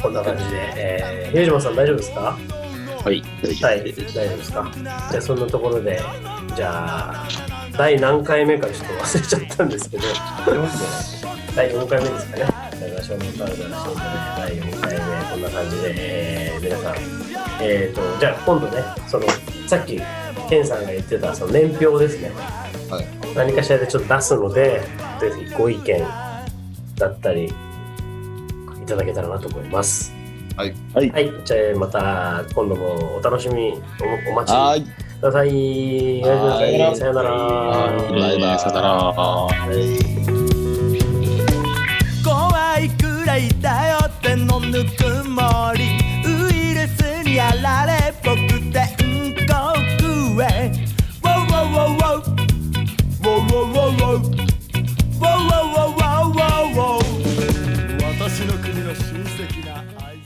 [SPEAKER 1] こんな感じで、えー、比江島さん大丈夫ですか
[SPEAKER 4] はい、大丈
[SPEAKER 1] は
[SPEAKER 4] 夫
[SPEAKER 1] い、大
[SPEAKER 4] です。
[SPEAKER 1] 丈夫ですか。じゃあそんなところで、じゃあ第何回目かちょっと忘れちゃったんですけど、第4回目ですかね。長島のタウンの紹介で第4回目こんな感じで、えー皆さん、えっ、とじゃあ今度ね、そのさっきケンさんが言ってたその年表ですね。
[SPEAKER 2] はい
[SPEAKER 1] 何かしらでちょっと出すので、ぜひご意見だったりいただけたらなと思います。はい、じゃあまた今度もお楽しみにおお待
[SPEAKER 3] は
[SPEAKER 1] ち
[SPEAKER 3] い。
[SPEAKER 1] ください。
[SPEAKER 3] は
[SPEAKER 1] おやすみなさい。
[SPEAKER 3] い
[SPEAKER 1] さよなら。
[SPEAKER 9] バイバイ、さよなら。
[SPEAKER 7] 怖いくらいだよってのぬくもりウイルスにやられ僕天国へ Wow wow wow wow Wow wow wow wow Wow wow wow wow wow 私の国の親戚な愛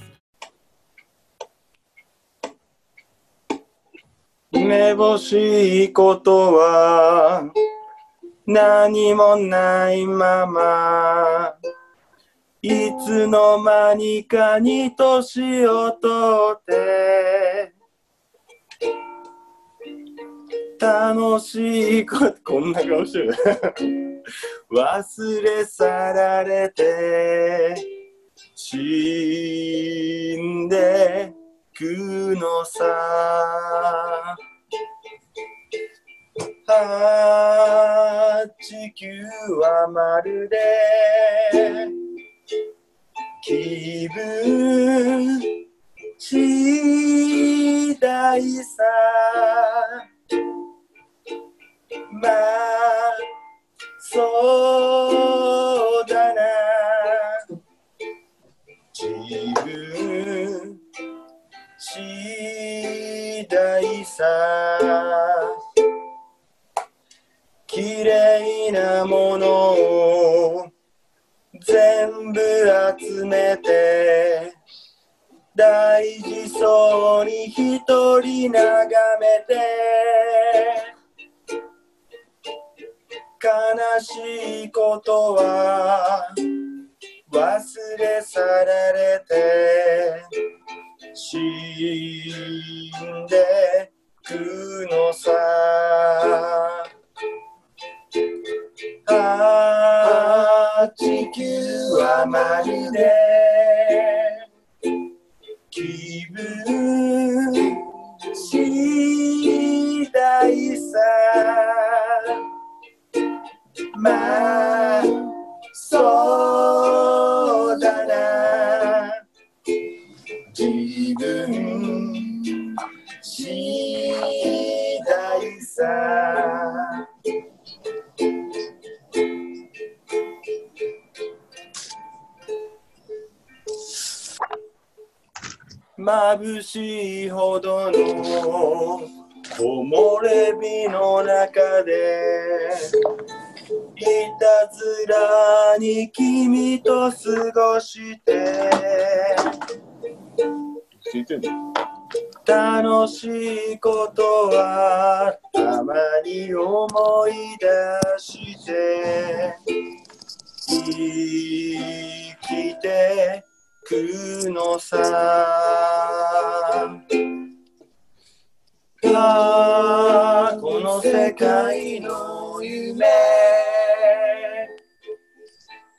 [SPEAKER 10] めぼしいことは
[SPEAKER 7] 何もないままいつの間にかに年をとって楽しいことこんな顔してる忘れ去られて死んでくのさ八九はまるで気分次第さまあそうだな自分次第さ綺麗なものを全部集めて大事そうに一人眺めて悲しいことは忘れ去られて死んでくのさあ地球はまるで気分次第さまあそうだな自分次第さ眩しいほどの木漏れ日の中でいたずらに君と過ごして
[SPEAKER 4] 聞いてんの
[SPEAKER 7] 楽しいことはたまに思い出して生きてくのさああこの世界の夢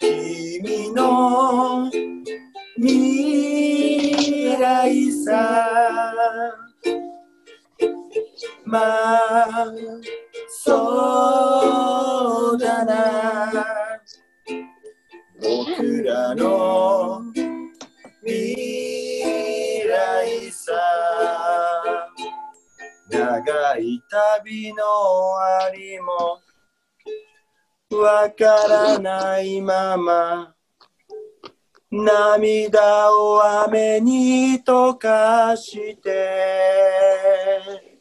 [SPEAKER 7] 君の未来さまあそうだな僕らの未来さ長い旅の終わりもわからないまま涙を雨に溶かして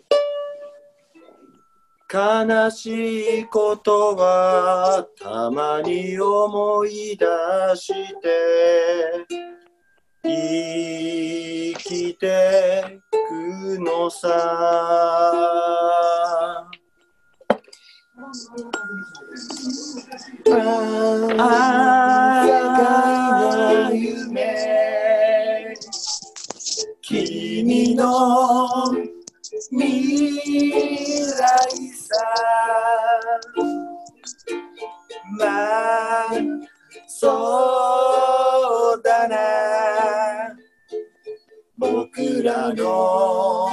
[SPEAKER 7] 悲しいことはたまに思い出して生きてくのさああ夢君の未来さまあそうだな僕らの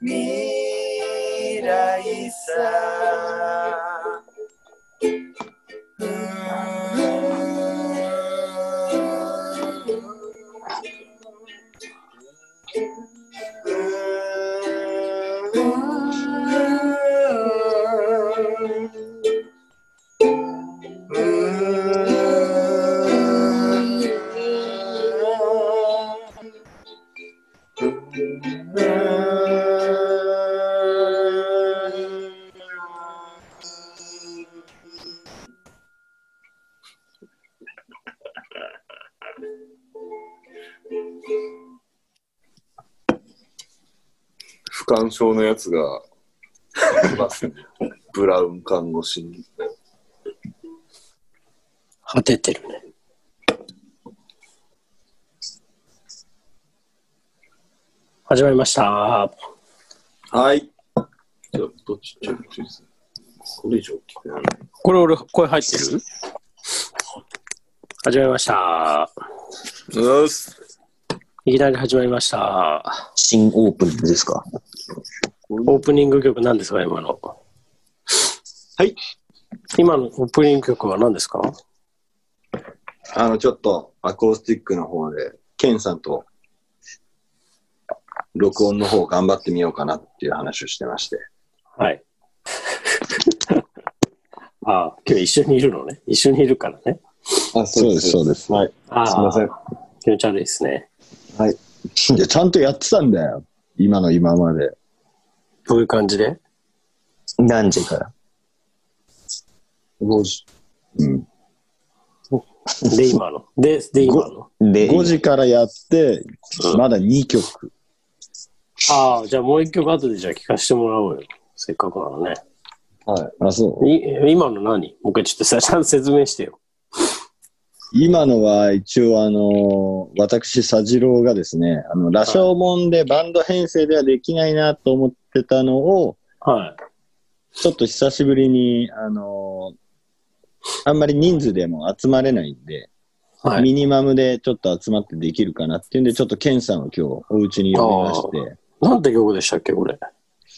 [SPEAKER 7] 未来さ
[SPEAKER 2] 不感症のやつが、いますねブラウン看護師に。
[SPEAKER 1] 果ててるね。始まりました。はい。ちょっとちっちゃいこれ以上大きくならない。これ俺、声入ってる始まりました。うっす。いきなり始まりました。
[SPEAKER 4] 新オープンですか
[SPEAKER 1] オープニング曲何ですか、今の。はい。今のオープニング曲は何ですか
[SPEAKER 3] あの、ちょっとアコースティックの方で、ケンさんと録音の方頑張ってみようかなっていう話をしてまして。
[SPEAKER 1] はい。 ああ、今日一緒にいるのね。一緒にいるからね。
[SPEAKER 3] あ、そうです、そうです。はい。
[SPEAKER 1] ああ
[SPEAKER 3] すいません。
[SPEAKER 1] 気持ち悪いですね。
[SPEAKER 3] はい。いや、ちゃんとやってたんだよ。今の今まで。
[SPEAKER 1] どういう感じで
[SPEAKER 4] 何時から
[SPEAKER 3] 5時。うん。
[SPEAKER 1] で、今の。で、で、今の。
[SPEAKER 4] で、
[SPEAKER 3] 5時からやって、まだ2曲。
[SPEAKER 1] ああ、じゃあもう一曲後でじゃあ聞かせてもらおうよ。せっかくならね。
[SPEAKER 3] はい。あ、そう。
[SPEAKER 1] い今の何もう一回ちょっとさちゃんと説明してよ。
[SPEAKER 3] 今のは一応あの、私、佐治郎がですね、あの、羅生門でバンド編成ではできないなと思ってたのを、
[SPEAKER 1] は
[SPEAKER 3] ちょっと久しぶりに、あの、あんまり人数でも集まれないんで、
[SPEAKER 1] い。は
[SPEAKER 3] ミ
[SPEAKER 1] い。
[SPEAKER 3] ニマムでちょっと集まってできるかなっていうんで、ちょっとケンさんを今日お家に呼びまして、
[SPEAKER 1] なんて曲でしたっけ、これ。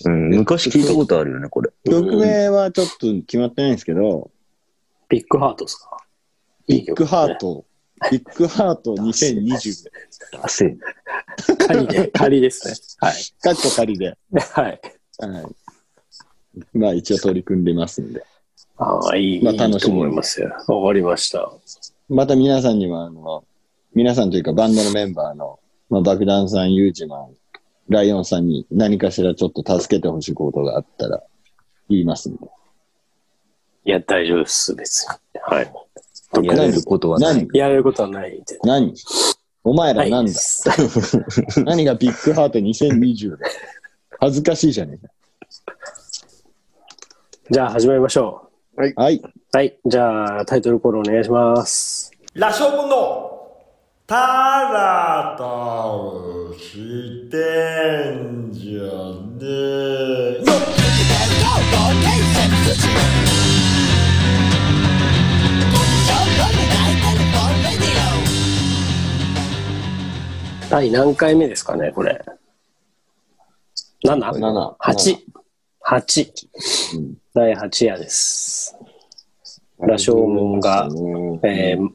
[SPEAKER 4] うん、昔聞いたことあるよね、これ。
[SPEAKER 3] 曲名はちょっと決まってないんですけど、
[SPEAKER 1] ビッグハートですか
[SPEAKER 3] ビッグハート、ビッグハート2020、
[SPEAKER 4] 汗。
[SPEAKER 1] 仮で、仮ですね。はい。
[SPEAKER 3] かっこ仮で、
[SPEAKER 1] はい。
[SPEAKER 3] はい。まあ一応取り組んでますんで、
[SPEAKER 1] ああ、いい、
[SPEAKER 3] まあ
[SPEAKER 1] いい
[SPEAKER 3] 楽し
[SPEAKER 1] と
[SPEAKER 3] みに
[SPEAKER 1] 思いますよ。わかりました。
[SPEAKER 3] また皆さんには、あの、皆さんというかバンドのメンバーの、まあ、爆弾さん、ユージマン、ライオンさんに何かしらちょっと助けてほしいことがあったら言いますんで。
[SPEAKER 1] いや、大丈夫です、別に。はい。
[SPEAKER 4] やれることはない
[SPEAKER 3] 何。
[SPEAKER 1] やれることはないんで。
[SPEAKER 3] 何お前らなんだ、
[SPEAKER 1] はい
[SPEAKER 3] 何がビッグハート2020だ恥ずかしいじゃねえ
[SPEAKER 1] じゃあ、始めましょ
[SPEAKER 3] か。はい。
[SPEAKER 1] う。はい。じゃあ、タイトルコールお願いします。
[SPEAKER 11] 羅生門のタラタをしてんじゃねえよ
[SPEAKER 1] 第何回目ですかね、これ。7?8。
[SPEAKER 3] 7。
[SPEAKER 1] 8。八第8夜です。羅生門が、えー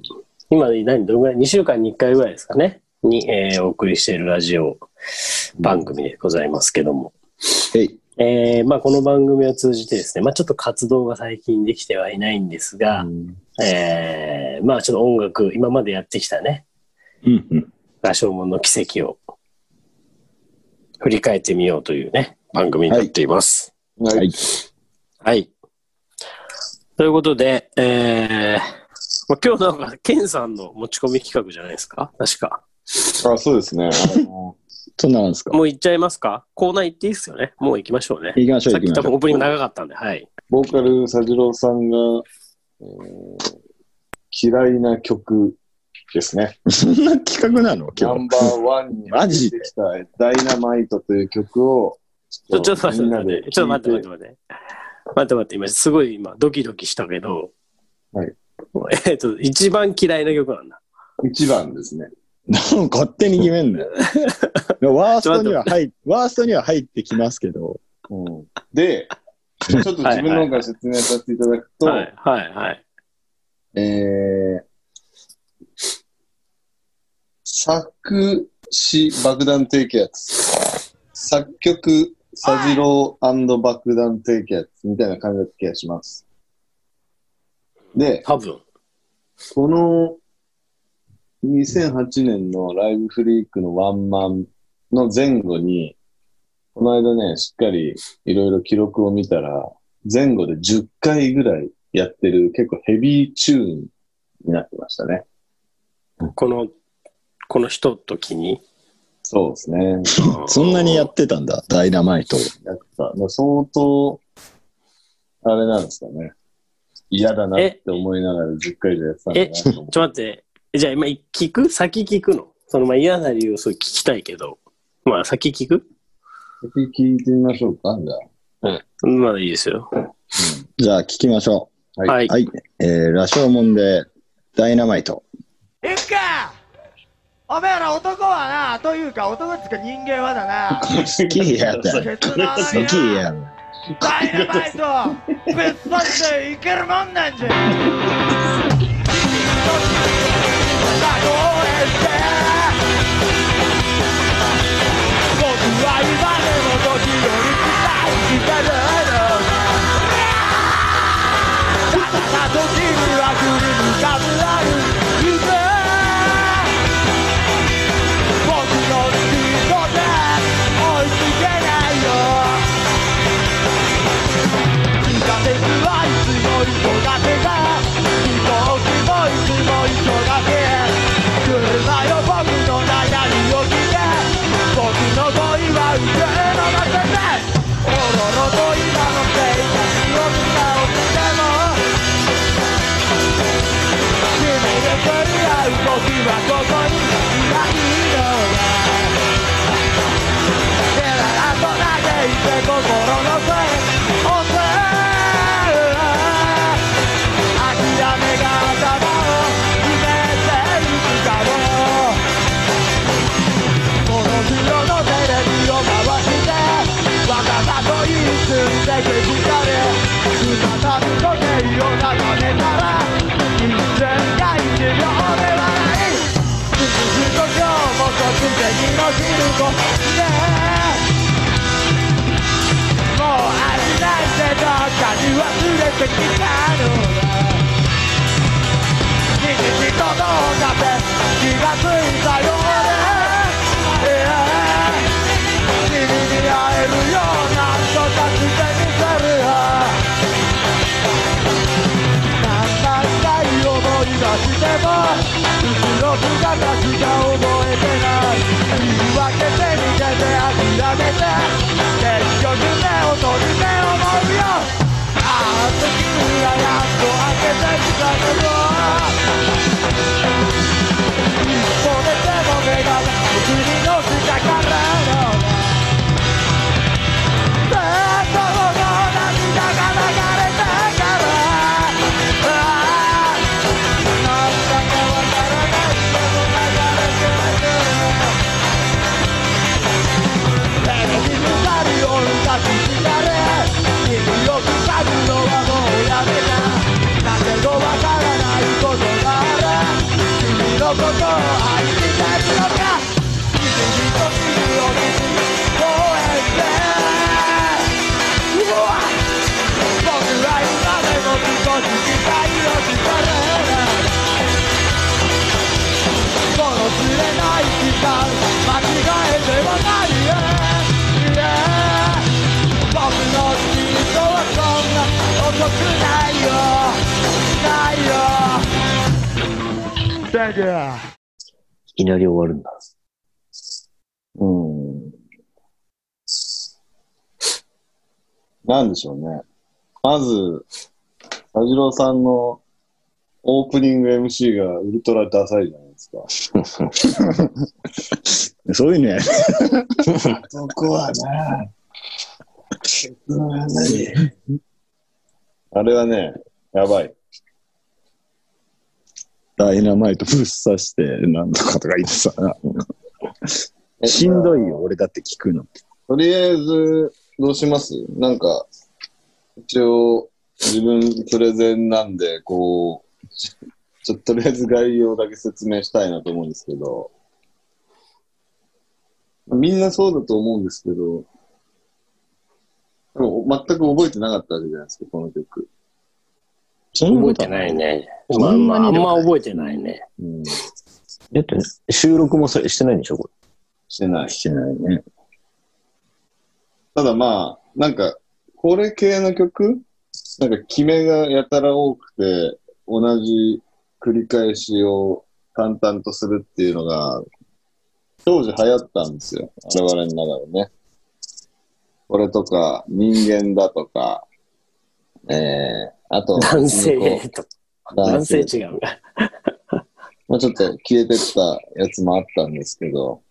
[SPEAKER 1] 今何、どのぐらい ?2 週間に1回ぐらいですかね。に、えーお送りしているラジオ番組でございますけども。
[SPEAKER 3] えい。
[SPEAKER 1] えーまあ、この番組を通じてですね、まあ、ちょっと活動が最近できてはいないんですが、えーまあ、ちょっと音楽、今までやってきたね、
[SPEAKER 3] うんうん。
[SPEAKER 1] 羅生門の奇跡を振り返ってみようというね、番組になっています。
[SPEAKER 3] はい。
[SPEAKER 1] はい。ということで、えーまあ、今日なんか、ケンさんの持ち込み企画じゃないですか確か。
[SPEAKER 12] あ、そうですね。
[SPEAKER 3] そんなもんですか。
[SPEAKER 1] もう行っちゃいますかコーナー行っていいっすよね。もう行きましょうね。
[SPEAKER 3] 行きましょう
[SPEAKER 1] さっき
[SPEAKER 3] 行き
[SPEAKER 1] 多
[SPEAKER 3] ましょう
[SPEAKER 1] 分オープニング長かったんで、はい。
[SPEAKER 12] ボーカル、佐治郎さんが、えー嫌いな曲ですね。
[SPEAKER 3] そんな企画なの
[SPEAKER 12] ナ
[SPEAKER 3] 今日。
[SPEAKER 12] ンバーワンに
[SPEAKER 3] マジで
[SPEAKER 12] 出てきたダイナマイトという曲を、
[SPEAKER 1] ちょちょっと待っ
[SPEAKER 12] みん
[SPEAKER 1] て
[SPEAKER 12] な
[SPEAKER 1] 待
[SPEAKER 12] で
[SPEAKER 1] って、ちょっと待って待って待って。待って待って、今、すごい今、ドキドキしたけど。
[SPEAKER 12] はい。
[SPEAKER 1] えっと、一番嫌いな曲なんだ。
[SPEAKER 12] 一番ですね。
[SPEAKER 3] なんか勝手に決めん なよ。ワーストには入、ワーストには入ってきますけど。
[SPEAKER 12] うんで、ちょっと自分の方から説明させていただくと、
[SPEAKER 1] はい、はい、はい。
[SPEAKER 12] えー、作詞爆弾低気圧、作曲佐治郎爆弾低気圧みたいな感じだった気がします。で、
[SPEAKER 1] 多分。
[SPEAKER 12] この2008年のライブフリークのワンマンの前後に、この間ね、しっかりいろいろ記録を見たら、前後で10回ぐらいやってる結構ヘビーチューンになってましたね。
[SPEAKER 1] この、このひとときに。
[SPEAKER 12] そうですね。
[SPEAKER 3] そんなにやってたんだ、ダイナマイトを。
[SPEAKER 12] やってた。もう相当、あれなんですかね。
[SPEAKER 3] 嫌だなって思いながら10回じゃやってたんだ
[SPEAKER 4] え、
[SPEAKER 3] な
[SPEAKER 4] ちょっと待って。じゃあ今聞く先聞くのそのまあ嫌な理由をすごい聞きたいけど。まあ先聞く
[SPEAKER 3] 先聞いてみましょうか、じゃ
[SPEAKER 4] うん。まあいいですよ。
[SPEAKER 3] じゃあ聞きましょう。
[SPEAKER 4] はいはい
[SPEAKER 3] えー、羅生門でダイナマイ ト。
[SPEAKER 7] いっかおめえら男はな、というか男っつうか人間はだな。
[SPEAKER 3] 好きやだ。
[SPEAKER 7] ケツの穴に
[SPEAKER 3] 好
[SPEAKER 7] な
[SPEAKER 3] きやだ。
[SPEAKER 7] ダイナマイトぶっ刺していけるもんなんじゃ。僕は今でも時より期待してるのただ時には振り向かずある夢僕のスピードで追いつけないよ地下鉄はいつもに人だけが飛行機もいつも人だけ車よ僕の悩みを聞け僕の恋は腕の中でおろろと今の生活を使おうでも君が取り合う僕はここにいないのだでらと投げいて心の声をせ諦めが頭を決めていくかもこの広のテレビを回してわがまと言いついてけじかれ再び時計を眺めたら一瞬が一秒で笑いずっと今日も突然の昼ごでもう味なんてどっかに忘れてきたのだ日々とどうかで気がついたようでいや君に会えるようなんとかしてみせるよ何万回思い出しても後ろ姿しか思い出せない言い訳で逃げて諦めて結局目を閉じて思うよあの時にはやっと開けてきたけど一歩ででも目が君の下からのずっとこの涙が流れたからああなんだかわからないけど流れてくるテレビになるように差し引かれ耳を塞ぐのはもうやめなだけどわからないことがある君のことを愛してるのか君と君を見て公園で僕は今でも少し期待をしてる君のこの釣れない時間間違えてはないよ Yeah 僕のスピードはそんな遅くないよないよ大丈夫
[SPEAKER 13] いきなり終わるんだ。
[SPEAKER 3] うん。なんでしょうね。まず、田次郎さんのオープニング MC がウルトラダサいじゃないですか。
[SPEAKER 13] そういうね。
[SPEAKER 3] 男は な、あれはね、やばい。
[SPEAKER 13] ダイナマイトぶっ刺して、なんとかとか言ってさ。 しんどいよ、俺だって聞くの。
[SPEAKER 3] とりあえず、どうしますなんか、一応、自分プレゼンなんで、こう、ちょちょっととりあえず概要だけ説明したいなと思うんですけど、みんなそうだと思うんですけど、でも全く覚えてなかったわけじゃないですか、この曲。
[SPEAKER 4] 覚えてないね。まあまあ、あんま覚えてないね。
[SPEAKER 3] うん、し
[SPEAKER 13] だって、収録もそれしてないんでしょ、こ
[SPEAKER 3] てない
[SPEAKER 13] れ。。してないね。
[SPEAKER 3] ただまあ、なんか、これ系の曲なんか、決めがやたら多くて、同じ繰り返しを淡々とするっていうのが、当時流行ったんですよ。我々の中でね。これとか、人間だとか、えー、
[SPEAKER 2] あと、
[SPEAKER 1] 男性と男性違う。
[SPEAKER 2] まあちょっと消えてったやつもあったんですけど、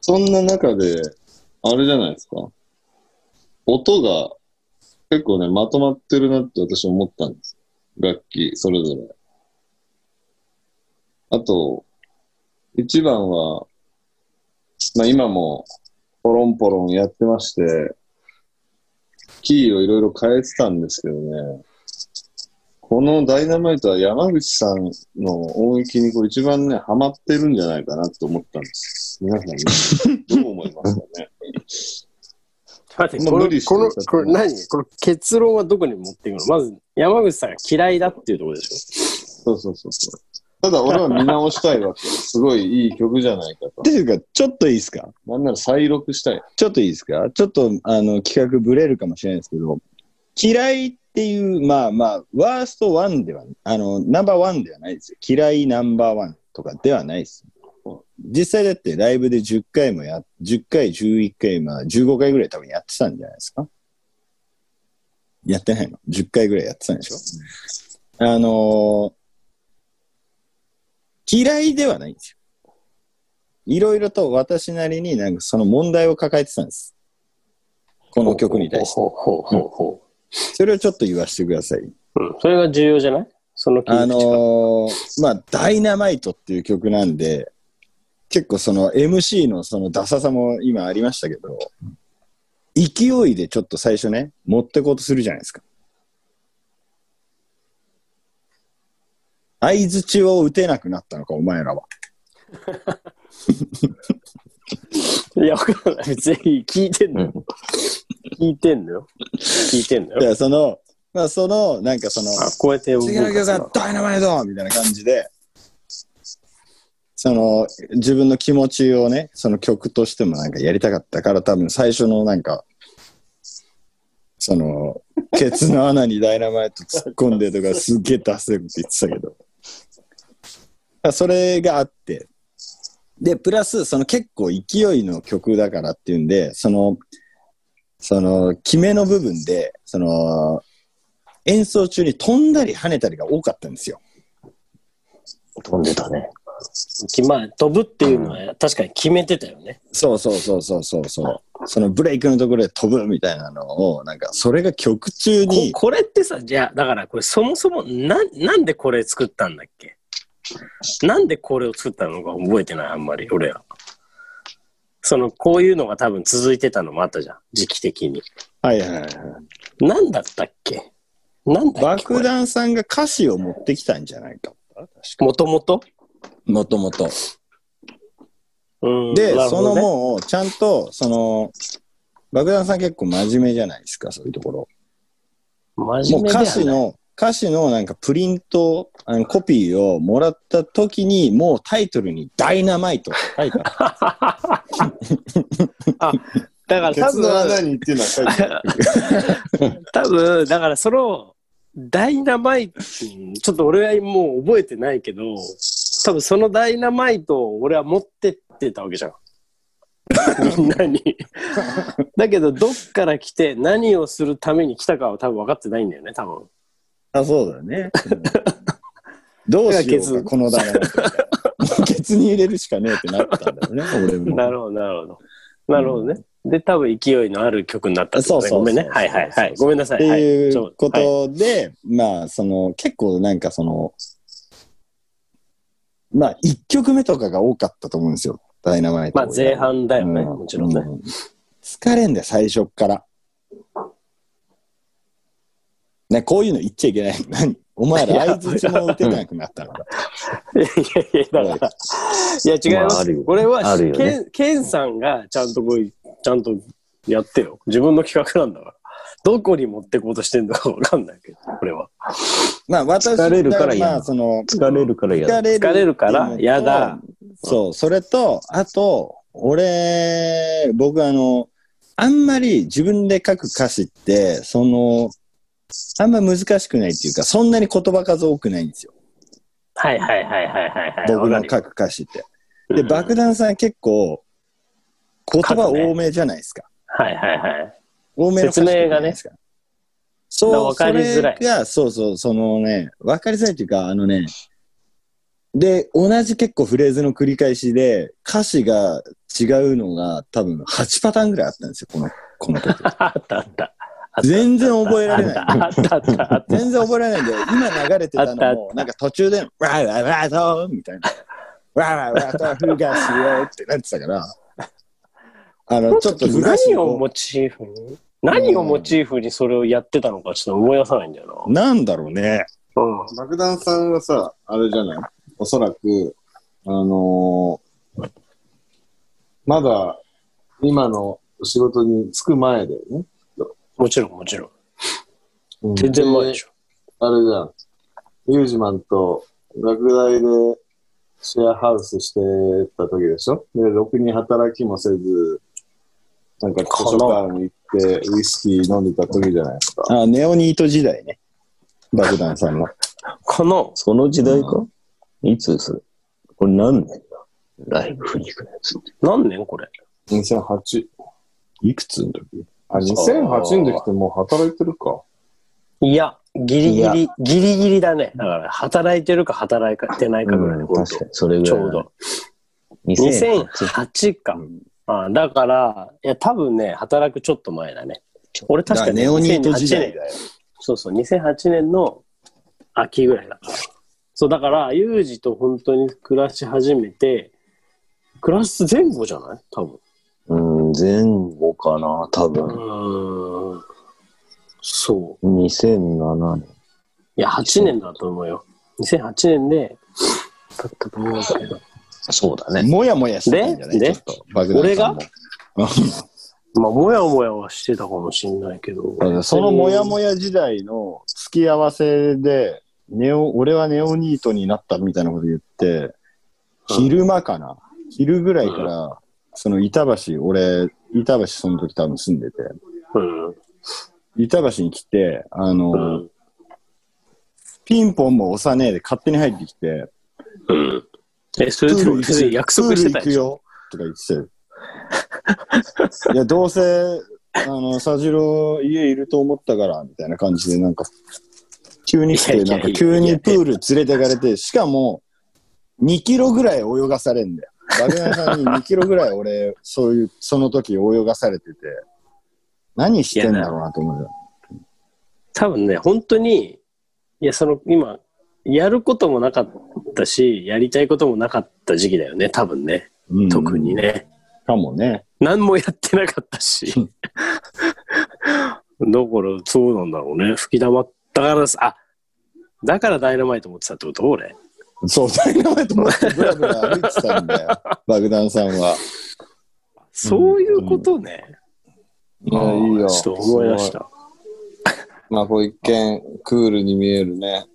[SPEAKER 2] そんな中で、あれじゃないですか。音が結構ね、まとまってるなって私思ったんです。楽器、それぞれ。あと、一番は、まあ今もポロンポロンやってまして、キーをいろいろ変えてたんですけどね、このダイナマイトは山口さんの音域にこう一番ね、ハマってるんじゃないかなと思ったんです。皆さんね、 どう思いますかね。
[SPEAKER 1] 待って
[SPEAKER 2] まあ
[SPEAKER 1] こ
[SPEAKER 2] 無
[SPEAKER 1] の
[SPEAKER 2] 理して
[SPEAKER 1] この
[SPEAKER 2] 歌って
[SPEAKER 1] これ何この結論はどこに持っていくのまず山口さんが嫌いだっていうところでし
[SPEAKER 2] そうそうそうそう。ただ俺は見直したいわけ。すごいいい曲じゃないかと。
[SPEAKER 3] ていうか、ちょっといいですか
[SPEAKER 2] なんなら再録したい。
[SPEAKER 3] ちょっといいですかちょっと、あの、企画ブレるかもしれないですけど、嫌いっていう、まあまあ、ワーストワンでは、あの、ナンバーワンではないですよ。嫌いナンバーワンとかではないです。実際だってライブで10回もや、10回、11回、まあ15回ぐらい多分やってたんじゃないですかやってないの ?10 回ぐらいやってたんでしょ、あのー嫌いではないんですよ。いろいろと私なりになんかその問題を抱えてたんです。この曲に対して。
[SPEAKER 1] うん
[SPEAKER 3] それをちょっと言わせてください。
[SPEAKER 1] ょそれが重要じゃないその切り口
[SPEAKER 3] あのーまあ、ダイナマイトっていう曲なんで、結構その MC のそのダサさも今ありましたけど、勢いでちょっと最初ね、持ってこうとするじゃないですか。相づちを打てなくなったのか、お前らは。
[SPEAKER 1] いや、わかんない。別に聞いてんのよ。聞いてんのよ。聞いてんのよ。
[SPEAKER 3] いや、その、まあ、その、なんかその、
[SPEAKER 1] こうやって動かす
[SPEAKER 3] 次
[SPEAKER 1] な
[SPEAKER 3] の曲はダイナマイトみたいな感じで、その、自分の気持ちをね、その曲としてもなんかやりたかったから、多分最初のなんか、その、ケツの穴にダイナマイト突っ込んでと か、すっげえ出せるって言ってたけど。それがあって、で、プラス、その結構勢いの曲だからっていうんで、その、その、決めの部分で、その、演奏中に飛んだり跳ねたりが多かったんですよ。
[SPEAKER 1] 飛んでたね。まあ、飛ぶっていうのは確かに決めてたよね。
[SPEAKER 3] そうそうそうそうそうそう。そのブレイクのところで飛ぶみたいなのを、なんか、それが曲中に、
[SPEAKER 1] これってさ、じゃあ、だからこれそもそもな、なんでこれ作ったんだっけなんでこれを作ったのか覚えてない、あんまり、俺は。その、こういうのが多分続いてたのもあったじゃん、時期的に。
[SPEAKER 3] はいはいはい。
[SPEAKER 1] なんだったっけなんだっけ
[SPEAKER 3] 爆弾さんが歌詞を持ってきたんじゃないか。
[SPEAKER 1] もともと
[SPEAKER 3] もともと。
[SPEAKER 1] うん
[SPEAKER 3] で、
[SPEAKER 1] なる
[SPEAKER 3] そ
[SPEAKER 1] ほど
[SPEAKER 3] の
[SPEAKER 1] ね
[SPEAKER 3] もう、ちゃんと、その、爆弾さん結構真面目じゃないですか、そういうところ。
[SPEAKER 1] 真面目
[SPEAKER 3] もう
[SPEAKER 1] ではな
[SPEAKER 3] 歌
[SPEAKER 1] い
[SPEAKER 3] 詞の、歌詞のなんかプリント、あのコピーをもらった時に、もうタイトルにダイナマイトって書いてある。
[SPEAKER 1] だから多分多分だからそのダイナマイトうんちょっと俺はもう覚えてないけど多分そのダイナマイトを俺は持ってってたわけじゃんみんなにだけどどっから来て何をするために来たかは多分分かってないんだよね多分
[SPEAKER 3] あ、そうだよね。ど うしようか、このダイナマイトみたいな。もうケツに入れるしかねえってなったんだよね、 俺も。
[SPEAKER 1] なるほどなるほどなるほどね、で多分勢いのある曲になったってことね
[SPEAKER 3] そ
[SPEAKER 1] ご
[SPEAKER 3] うそうそう
[SPEAKER 1] めんねはいはいはいごめんなさい
[SPEAKER 3] ってい
[SPEAKER 1] は
[SPEAKER 3] う
[SPEAKER 1] い
[SPEAKER 3] こ
[SPEAKER 1] はい
[SPEAKER 3] とで、まあ、その、結構なんかその、まあ、1曲目とかが多かったと思うんですよ、ダイナマイト。
[SPEAKER 1] まあ前半だよね、
[SPEAKER 3] うん
[SPEAKER 1] もちろんね、
[SPEAKER 3] う疲れんだよ、最初っから。ね、こういうの言っちゃいけない。何お前ら相づちも打てなくなったのか。
[SPEAKER 1] いやいや いや、だから、いや違いま
[SPEAKER 3] まああ
[SPEAKER 1] す。
[SPEAKER 3] るよね
[SPEAKER 1] これは
[SPEAKER 3] あるよね
[SPEAKER 1] ケン、ケンさんがちゃんとこう、ちゃんとやってよ。自分の企画なんだから。どこに持ってこうとしてんのかわかんないけど、これは。
[SPEAKER 3] まあ私
[SPEAKER 1] 疲れるから嫌だ
[SPEAKER 3] まあその
[SPEAKER 1] 疲れるから嫌だ
[SPEAKER 3] 疲れる
[SPEAKER 1] 疲れるから嫌だ
[SPEAKER 3] そう、それと、あと、俺、僕あの、あんまり自分で書く歌詞って、その、あんま難しくないっていうか、そんなに言葉数多くないんですよ。
[SPEAKER 1] はいはいはいはいはいはい。
[SPEAKER 3] 僕
[SPEAKER 1] わ
[SPEAKER 3] の
[SPEAKER 1] かる
[SPEAKER 3] 書く歌詞って。で、爆弾さん結構、言葉多めじゃないですか。
[SPEAKER 1] はいはいはい。
[SPEAKER 3] 多めの歌詞
[SPEAKER 1] 説明が
[SPEAKER 3] じゃない
[SPEAKER 1] ね
[SPEAKER 3] ですか。そう、
[SPEAKER 1] わかりづらい
[SPEAKER 3] それが、そうそう、そのね、わかりづらいっていうか、あのね、で、同じ結構フレーズの繰り返しで、歌詞が違うのが多分8パターンぐらいあったんですよ、この、この時。 あったあった。全然覚えられない。全然覚えられないんで、今流れてたのも、なんか途中で、わーわーわーとーみたいな、わーわーわーとーふがしようってなってたから、あの、 ちょっとふがし
[SPEAKER 1] 何
[SPEAKER 3] を
[SPEAKER 1] をモチーフに何をモチーフにそれをやってたのかちょっと思い出さないんだよ
[SPEAKER 3] なんだろうね。
[SPEAKER 11] 爆弾さんはさ、あれじゃないおそらく、あのーまだ今の仕事に就く前だよね。
[SPEAKER 1] もちろん、もちろ
[SPEAKER 11] ん。
[SPEAKER 1] 全然前で
[SPEAKER 11] しょ。あれじゃん。ユージマンと学大でシェアハウスしてた時でしょで、ろくに働きもせず、なんか図書館に行ってウイスキー飲んでた時じゃないですか。
[SPEAKER 3] あ、ネオニート時代ね。爆弾さんの。
[SPEAKER 1] この。
[SPEAKER 4] その時代か、いつですこれ何年だライブフリークのやつ。
[SPEAKER 1] 何年これ
[SPEAKER 11] ?2008。
[SPEAKER 4] いくつの時
[SPEAKER 11] あ、2008の時ってもう働いてるか。
[SPEAKER 1] う。いや、ギリ
[SPEAKER 11] い
[SPEAKER 1] ギ
[SPEAKER 11] や
[SPEAKER 1] リ、ギリギリだね。だから、働いてるか働いてないかぐらい。
[SPEAKER 4] うん、確かに、それぐらい。
[SPEAKER 1] ちょうど。2008か。あだから、いや、多分ね、働くちょっと前だね。俺確か
[SPEAKER 3] だから
[SPEAKER 1] に
[SPEAKER 3] ネオニート
[SPEAKER 1] 2008
[SPEAKER 3] 時代だ
[SPEAKER 1] 年そうそう、2008年の秋ぐらいだから。そう、だから、ユージと本当に暮らし始めて、暮らす前後じゃない多分。
[SPEAKER 4] うん、前後かな、多分。
[SPEAKER 1] うーん。そ
[SPEAKER 4] 2007年。
[SPEAKER 1] いや、8年だと思うよ。2008年で、だったと思うけど。
[SPEAKER 4] そうだね。
[SPEAKER 3] もやもや
[SPEAKER 1] してたんじゃないで
[SPEAKER 3] 爆弾さんも
[SPEAKER 1] 俺がまあ、もやもやはしてたかもしれないけど。
[SPEAKER 3] そのモヤモヤ時代の付き合わせで、ネオ、俺はネオニートになったみたいなこと言って、昼間かな昼ぐらいから、その板橋、俺、板橋その時多分住んでて、板橋に来て、あの、ピンポンも押さねえで勝手に入ってきて、
[SPEAKER 1] うん。え、それ
[SPEAKER 3] プ
[SPEAKER 1] で
[SPEAKER 3] ー
[SPEAKER 1] も
[SPEAKER 3] ル行く
[SPEAKER 1] 別に約束してた
[SPEAKER 3] プール行くよとか言ってたよ。いや、どうせ、あの、佐治郎家いると思ったから、みたいな感じで、なんか、急に来
[SPEAKER 1] いや
[SPEAKER 3] て、
[SPEAKER 1] いや
[SPEAKER 3] ないん
[SPEAKER 1] や
[SPEAKER 3] か急にプール連れてかれて、しかも、2キロぐらい泳がされんだよ。バグナーさんに2キロぐらい俺、そういう、その時泳がされてて、何してんだろうなと思うよ。
[SPEAKER 1] 多分ね、本当に、いや、その、今、やることもなかったし、やりたいこともなかった時期だよね、多分ね。特にね。
[SPEAKER 3] かもね。
[SPEAKER 1] 何もやってなかったし。 だから、そうなんだろうね。吹き溜まったからさ、あ、だからダイナマイト持ってたってこと俺。
[SPEAKER 3] そう、ダイナマイト持ってブラブラ歩いてたんだよ。爆弾さんは。
[SPEAKER 1] そういうことね。
[SPEAKER 11] いや、いいよ。
[SPEAKER 1] ちょっと思い出した。
[SPEAKER 11] まあ、こう一見、クールに見えるね。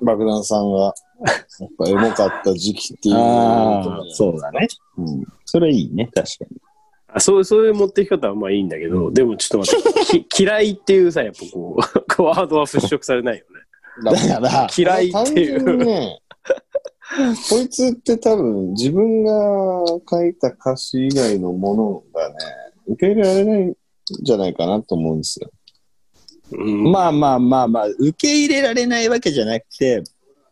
[SPEAKER 11] 爆弾さんが、やっぱエモかった時期っていうのが
[SPEAKER 3] ああ、そうだね。うん。それいいね、確かに。
[SPEAKER 1] あそうそういう持ってき方はまあいいんだけど、でもちょっと待って、 き嫌いっていうさ、やっぱこう、 ワードは払拭されないよね。
[SPEAKER 3] だから
[SPEAKER 1] 嫌いってい
[SPEAKER 11] 単純に
[SPEAKER 1] う。
[SPEAKER 11] ね、こいつって多分自分が書いた歌詞以外のものがね、受け入れられないんじゃないかなと思うんですよ。
[SPEAKER 3] まあまあまあまあ、受け入れられないわけじゃなくて、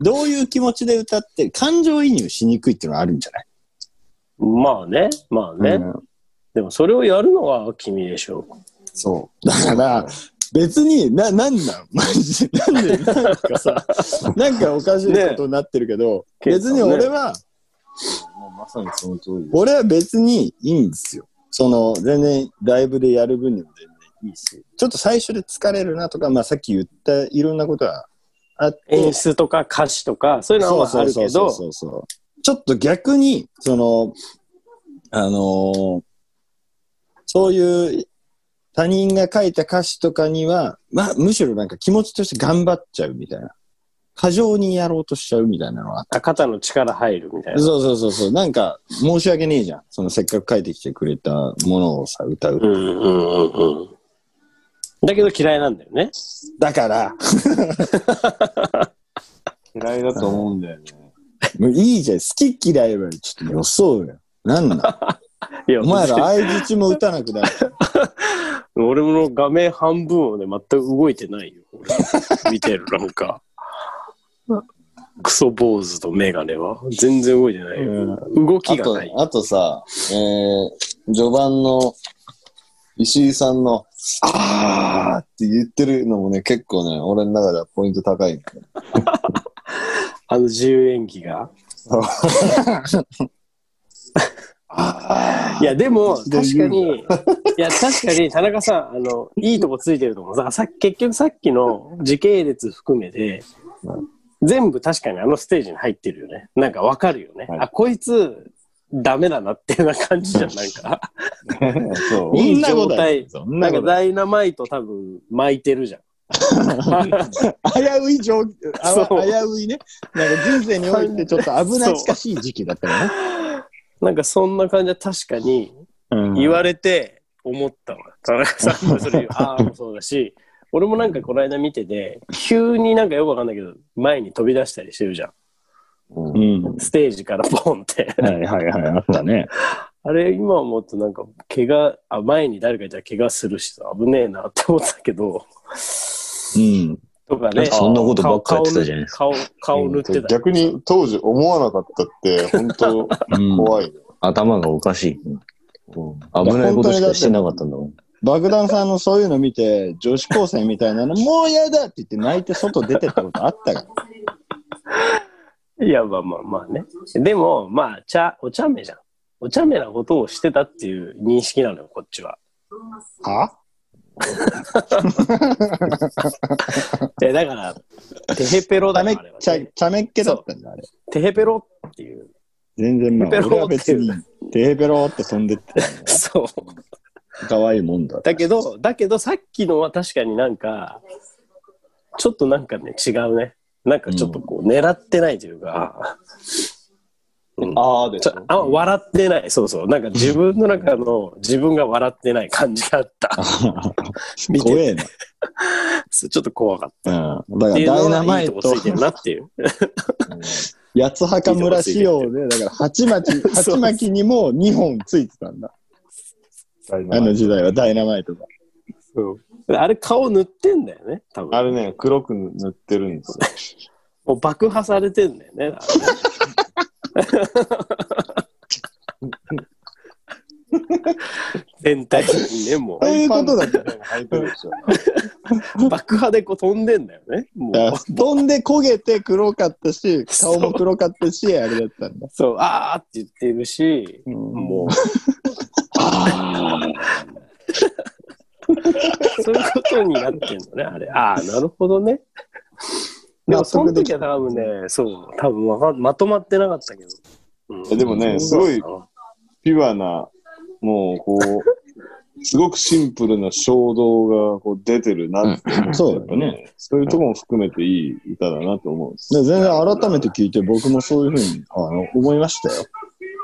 [SPEAKER 3] どういう気持ちで歌って、感情移入しにくいっていうのはあるんじゃない
[SPEAKER 1] まあね、まあね。でもそれをやるのは君でしょ
[SPEAKER 3] そう。だから、別に、な、なんなん マジで。なんで、なんか さ、なんかおかしいことになってるけど、
[SPEAKER 11] ね
[SPEAKER 3] 別に俺は、
[SPEAKER 11] もうまさにその通り
[SPEAKER 3] 俺は別にいいんですよ。その、全然ライブでやる分にも全然いいし、ちょっと最初で疲れるなとか、まあさっき言ったいろんなことはあって、
[SPEAKER 1] 演出とか歌詞とか、そういうのはあるけ
[SPEAKER 3] そ
[SPEAKER 1] ど
[SPEAKER 3] う、そうそうそうちょっと逆に、その、あのーそういう他人が書いた歌詞とかには、まあ、むしろなんか気持ちとして頑張っちゃうみたいな。過剰にやろうとしちゃうみたいなのはあっ
[SPEAKER 1] あ肩の力入るみたい
[SPEAKER 3] た。
[SPEAKER 1] な。
[SPEAKER 3] そうそうそうそう。なんか、申し訳ねえじゃん。そのせっかく書いてきてくれたものをさ、歌
[SPEAKER 1] う
[SPEAKER 3] う。
[SPEAKER 1] んうんうんうん。だけど嫌いなんだよね。
[SPEAKER 3] だから、
[SPEAKER 11] 嫌いだと思うんだよね。
[SPEAKER 3] もういいじゃん。好き嫌いはちょっと予想よ。なんなん
[SPEAKER 1] いや
[SPEAKER 3] お前ら相槌も打たなくなる。
[SPEAKER 1] 俺もの画面半分をね、全く動いてないよ。俺見てる、なんか。クソ坊主とメガネは。全然動いてないよ。動きがない。
[SPEAKER 11] あとあとさ、えー、序盤の石井さんの、あーって言ってるのもね、結構ね、俺の中ではポイント高い、ね。
[SPEAKER 1] あの自由演技が。いや、でも、確かに、いや、確かに、田中さん、あの、いいとこついてると思う。ささ結局さっきの時系列含めて、全部確かにあのステージに入ってるよね。なんかわかるよね。あ、こいつ、ダメだなっていうような感じじゃん、なんか。
[SPEAKER 3] そう
[SPEAKER 1] いい状
[SPEAKER 3] だよ
[SPEAKER 1] 態。
[SPEAKER 3] そん
[SPEAKER 1] な
[SPEAKER 3] なんこ
[SPEAKER 1] か
[SPEAKER 3] とない
[SPEAKER 1] ダイナマイト多分巻いてるじゃん。
[SPEAKER 3] 危うい状況、あ
[SPEAKER 1] そう
[SPEAKER 3] 危ういね。なんか人生においてちょっと危なっかしい時期だったよね。
[SPEAKER 1] なんかそんな感じは確かに言われて思ったわ。田中さんもそ れ言うああもそうだし、俺もなんかこの間見てて、急になんかよくわかんないけど、前に飛び出したりしてるじゃん。
[SPEAKER 4] うん。
[SPEAKER 1] ステージからポンって。
[SPEAKER 4] はいはいはい、あったね。
[SPEAKER 1] あれ今思うとなんか怪我、あ、前に誰かいたら怪我するしさ、危ねえなって思ったけど、
[SPEAKER 4] うん。
[SPEAKER 1] とかね。
[SPEAKER 4] そんなことばっかやってたじゃないです
[SPEAKER 1] か。顔、顔塗ってた。
[SPEAKER 11] 逆に当時思わなかったって、本当怖 いね。
[SPEAKER 4] 頭がおかしい。危ないことしかしてなかったんだもん。
[SPEAKER 3] 爆弾さんのそういうの見て、女子高生みたいなの、もう嫌だって言って泣いて外出てったことあったから。
[SPEAKER 1] いや、まあまあまあね。でも、まあ、茶、お茶目じゃん。お茶目なことをしてたっていう認識なのよ、こっちは。
[SPEAKER 3] は
[SPEAKER 1] え、だから、テヘペロだから、
[SPEAKER 3] ちゃ、ちゃめっ気だったんだ、あれ。
[SPEAKER 1] テヘペロっていう。
[SPEAKER 3] 全然まあ、
[SPEAKER 1] テヘペロ
[SPEAKER 3] 俺は別に、テヘペロって飛んでって、
[SPEAKER 1] そう。
[SPEAKER 3] 可愛いもんだ。
[SPEAKER 1] だけど、だけどさっきのは確かになんか、ちょっとなんかね、違うね。なんかちょっとこう、狙ってないというか、
[SPEAKER 11] ああで
[SPEAKER 1] ちょあ笑ってない、そうそう。なんか自分の中の自分が笑ってない感じがあった。
[SPEAKER 3] 怖えな。
[SPEAKER 1] そう ちょっと怖かった。
[SPEAKER 3] うん。だから、ダイナマイ
[SPEAKER 1] っていうのがいいとこ
[SPEAKER 3] ト
[SPEAKER 1] ついてるなっていう。
[SPEAKER 3] 八つ墓村仕様で、だから、鉢巻き、鉢巻きにも2本ついてたんだ。あの時代はダイナマイトが。
[SPEAKER 1] あれ顔塗ってんだよね、多分。
[SPEAKER 11] あれね、黒く塗ってるんですよ。
[SPEAKER 1] もう爆破されてんだよね。あれね 全体的にね、もう。
[SPEAKER 14] そういうことだ
[SPEAKER 3] った
[SPEAKER 1] 爆破でこう飛んでんだよね。も
[SPEAKER 3] だ
[SPEAKER 1] う。
[SPEAKER 3] から 飛んで焦げて黒かったし、顔も黒かったし、あれだったんだ。
[SPEAKER 1] そう、あーって言ってるし、もう。 そういうことになってんのね、あれ。ああ、なるほどね。でも、その時は多分ね、そう、多分わかんまとまってなかったけど。
[SPEAKER 11] えでもね、すごいピュアな、もうこう、すごくシンプルな衝動がこう出てるなって、
[SPEAKER 3] そうだよね。
[SPEAKER 11] そういうところも含めていい歌だなと思うんです。
[SPEAKER 3] で全然改めて聞いて、僕もそういうふうにあの思いましたよ。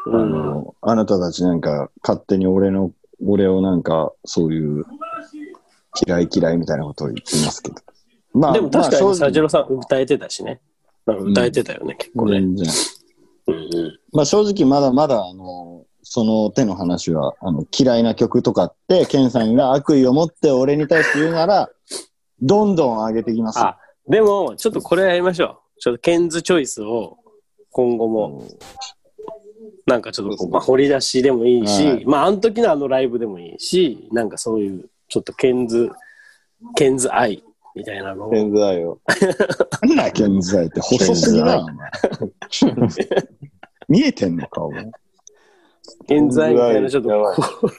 [SPEAKER 3] あの、あなたたちなんか勝手に俺の、俺をなんかそういう嫌い嫌いみたいなことを言ってますけど。まあ、
[SPEAKER 1] でも確か
[SPEAKER 3] まあ
[SPEAKER 1] に、
[SPEAKER 3] 正直
[SPEAKER 1] サジロさん歌えてたしね。なんか歌えてたよね、結構ね。
[SPEAKER 3] 全然。まあ正直まだまだ、あの、その手の話は、あの、嫌いな曲とかって、ケンさんが悪意を持って俺に対して言うなら、どんどん上げていきます。
[SPEAKER 1] あ、でも、ちょっとこれやりましょう。ちょっとケンズチョイスを、今後も、なんかちょっとこう、まあ、掘り出しでもいいし、
[SPEAKER 4] はい
[SPEAKER 1] まあ、あの時のあのライブでもいいし、なんかそういう、ちょっとケンズ、ケンズ愛みたいなのを。
[SPEAKER 11] ケンズ愛を。
[SPEAKER 3] なんだ、健在って細すぎだな、お前。 見えてんのか、お前。
[SPEAKER 1] ケンズ愛みたいな、ちょっとこう、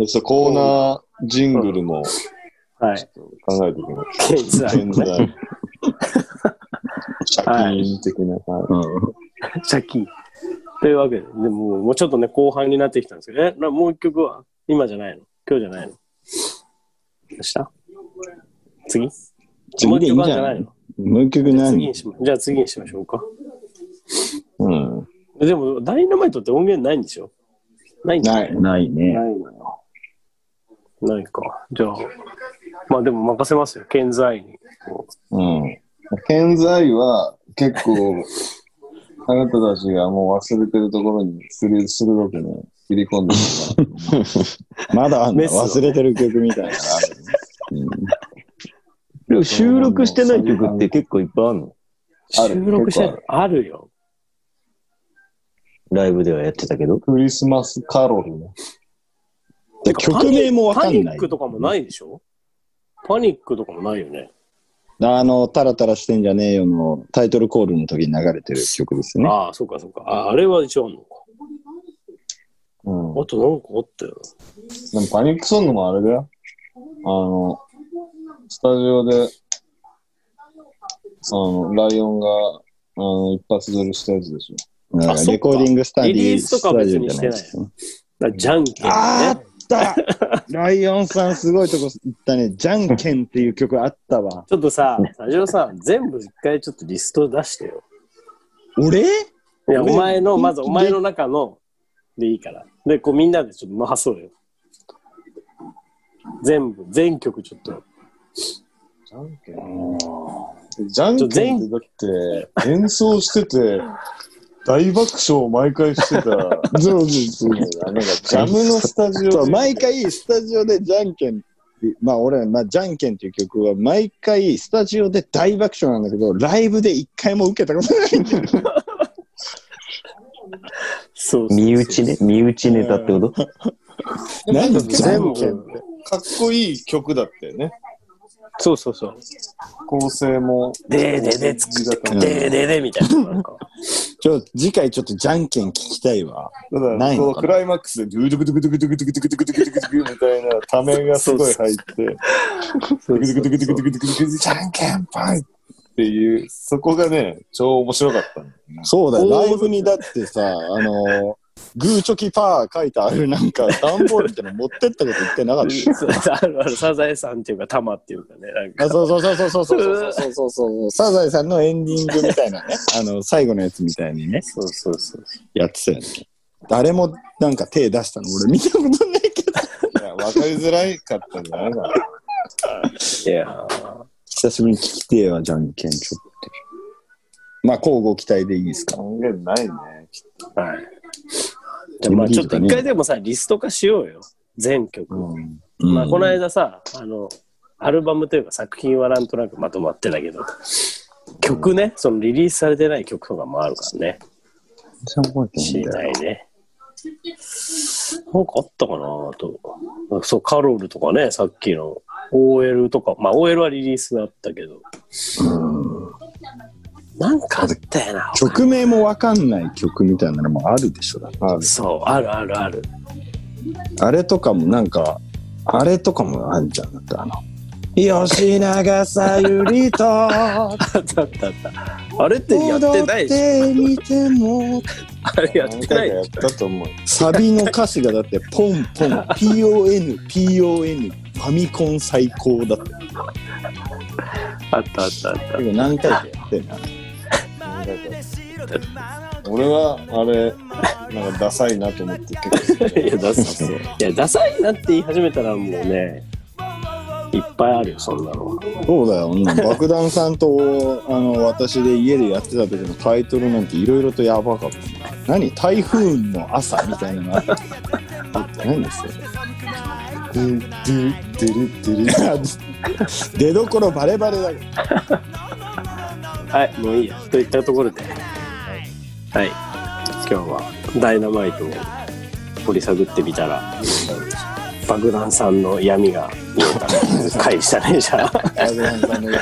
[SPEAKER 11] でちょっとコーナージングルも
[SPEAKER 1] はい。
[SPEAKER 11] 考えておきま
[SPEAKER 1] ケンズ
[SPEAKER 11] す。
[SPEAKER 1] 愛
[SPEAKER 11] 健
[SPEAKER 1] の
[SPEAKER 11] 在。
[SPEAKER 1] ね。
[SPEAKER 11] シャキーン的 な感じ。
[SPEAKER 1] シャキーンというわけで、でももう、もうちょっとね、後半になってきたんですけど、え、なもう一曲は今じゃないの今日じゃないの明日次
[SPEAKER 3] 次でいい
[SPEAKER 1] も
[SPEAKER 3] んじゃ
[SPEAKER 1] う一曲あるんじゃな
[SPEAKER 3] ないい
[SPEAKER 1] の
[SPEAKER 3] のもう一曲
[SPEAKER 1] 次
[SPEAKER 3] 何
[SPEAKER 1] にしまじゃあ次にしましょうか。
[SPEAKER 3] うん。
[SPEAKER 1] でも、ダイナマイトって音源ないんでしょないんだ
[SPEAKER 3] ない。ないね。
[SPEAKER 1] ないのよ。ないか。じゃあ、まあでも任せますよ。健在に。
[SPEAKER 11] うん。ケンズ愛は結構、あなたたちがもう忘れてるところに鋭くね、切り込んでるから。
[SPEAKER 3] まだあんの
[SPEAKER 4] メスを
[SPEAKER 3] 忘れてる曲みたいなのある。
[SPEAKER 4] でも収録してない曲って結構いっぱいあるの
[SPEAKER 3] ある収録してない
[SPEAKER 4] 結構あるよ。ライブではやってたけど。クリスマスカロルね。
[SPEAKER 3] で曲名もわかんない
[SPEAKER 1] パニックとかもないでしょパニックとかもないよね。
[SPEAKER 3] あの、タラタラしてんじゃねえよのタイトルコールの時に流れてる曲ですね。
[SPEAKER 1] ああ、そうかそうか。ああれは一応あんのか。あとなんかあったよ。
[SPEAKER 11] でもパニックソングもあれだよ。あの、スタジオで、あの、ライオンが、あの、一発撮りしたやつでしょ。
[SPEAKER 3] なんかレコーディングスタディ
[SPEAKER 11] リリースとかは別にしてない
[SPEAKER 3] スタジオ
[SPEAKER 1] じゃんけん、ね。
[SPEAKER 3] あったライオンさんすごいとこ行ったね。じゃんけんっていう曲あったわ。
[SPEAKER 1] ちょっとさ、スタジオさん、全部一回ちょっとリスト出してよ。
[SPEAKER 3] 俺い
[SPEAKER 1] いや、お前の、まずお前の中のでいいから。で、こうみんなでちょっと回そうよ。全部、全曲ちょっと。
[SPEAKER 11] じゃんけん。じゃんけんってだって、演奏してて、大爆笑を毎回してた。そうそうなんか、ジャムのスタジオ
[SPEAKER 3] そう毎回スタジオでじゃんけんまあ俺は、まあ、じゃんけんっていう曲は毎回スタジオで大爆笑なんだけどライブで一回も受けたことないんだよ
[SPEAKER 1] そう
[SPEAKER 4] 身内ね。身内ネタってこと
[SPEAKER 11] なんで
[SPEAKER 4] じゃんけん
[SPEAKER 11] かっこいい曲だったよね。
[SPEAKER 1] そうそうそう。
[SPEAKER 11] 構成も。
[SPEAKER 1] でででつくでででみたいな。なんか
[SPEAKER 3] ちょ次回ちょっとじゃんけん聞きたいわ
[SPEAKER 11] ただ
[SPEAKER 3] ない
[SPEAKER 11] そ
[SPEAKER 3] の
[SPEAKER 11] う
[SPEAKER 3] か
[SPEAKER 11] ク
[SPEAKER 3] な
[SPEAKER 11] ライマックスでドゥドゥクドゥクドゥクドゥクドゥクドゥクドゥクドゥクドゥクドゥクみたいなためがすごい入って、ドゥクドゥクドゥクドゥクドゥクドゥクドゥクじゃんけんぱいっていう、そこがね、超面白かったの。
[SPEAKER 3] そうだよライブにだってさあのグーチョキパー書いてあるなんか段ボールみたいなの持ってったこと言ってなかった
[SPEAKER 1] あるある、サザエさんっていうか、タマっていうかね。なんか
[SPEAKER 3] あそうそうそうそうそうそうそうそうそうサザエさんのエンディングみたいなねあの最後のやつみたいにね
[SPEAKER 1] そうそうそう
[SPEAKER 3] やってたよね誰もなんか手出したの俺見たことないけ
[SPEAKER 11] どいやわかりづらいかったんじゃないかな。
[SPEAKER 1] いや
[SPEAKER 3] 久しぶりに聞きてえわじゃんけんちょっとまあ交互期待でいいですか
[SPEAKER 11] 音源ないね
[SPEAKER 1] はいじゃあまあちょっと一回でもさ、リスト化しようよ。全曲。まあこの間さ、あの、アルバムというか作品はなんとなくまとまってたけど、曲ね、そのリリースされてない曲とかもあるからね。知りたいね。なんかあったかなと。そう、カロルとかね、さっきの OL とか、まあ OL はリリースがあったけど、なんかあったよな。
[SPEAKER 3] 曲名もわかんない曲みたいなのもあるでしょだって
[SPEAKER 1] そう、あるあるある。
[SPEAKER 3] あれとかもなんかあれとかもあるじゃんだってあの吉永さゆりと
[SPEAKER 1] あったあったあった。あれってやってないでしょ。
[SPEAKER 3] 踊ってみても
[SPEAKER 1] あれやってないでし
[SPEAKER 11] だと思う
[SPEAKER 3] サビの歌詞がだってポンポン PON PON ファミコン最高だって
[SPEAKER 1] あったあったあった
[SPEAKER 3] 何回かやってんな
[SPEAKER 11] 俺は、あれ、なんかダサいなと思って結構。
[SPEAKER 1] いや、ダサい。いや、ダサいなって言い始めたらもうね、いっぱいあるよ、そんなの。
[SPEAKER 3] そうだよ、うん爆弾さんとあの私で家でやってた時のタイトルなんていろいろとやばかった何台風の朝みたいなのあった何ですよ
[SPEAKER 11] ドゥドゥドゥルドゥル
[SPEAKER 3] 出どころバレバレだけど
[SPEAKER 1] はい、もういいや。といったところで、はい、今日はダイナマイトを掘り探ってみたら、爆弾さんの闇が見えた 回でしたね、じゃ あ。
[SPEAKER 3] 爆弾さんの闇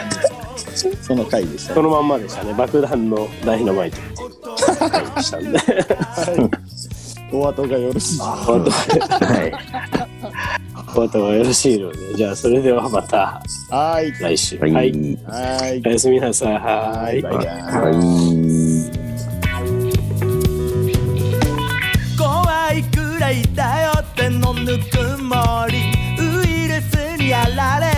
[SPEAKER 3] その回でした
[SPEAKER 1] そのまんまでしたね、爆弾のダイナマイト っていう回でしたんで。
[SPEAKER 3] お後がよろしい
[SPEAKER 1] 本当はい。またはよろしいので、じゃあそれではまた
[SPEAKER 3] はい
[SPEAKER 1] 来週。
[SPEAKER 3] はい
[SPEAKER 1] はい。
[SPEAKER 3] はい
[SPEAKER 1] おやすみなさい。はい。
[SPEAKER 7] 怖いくらいだよってのぬくもりウイルスにやられ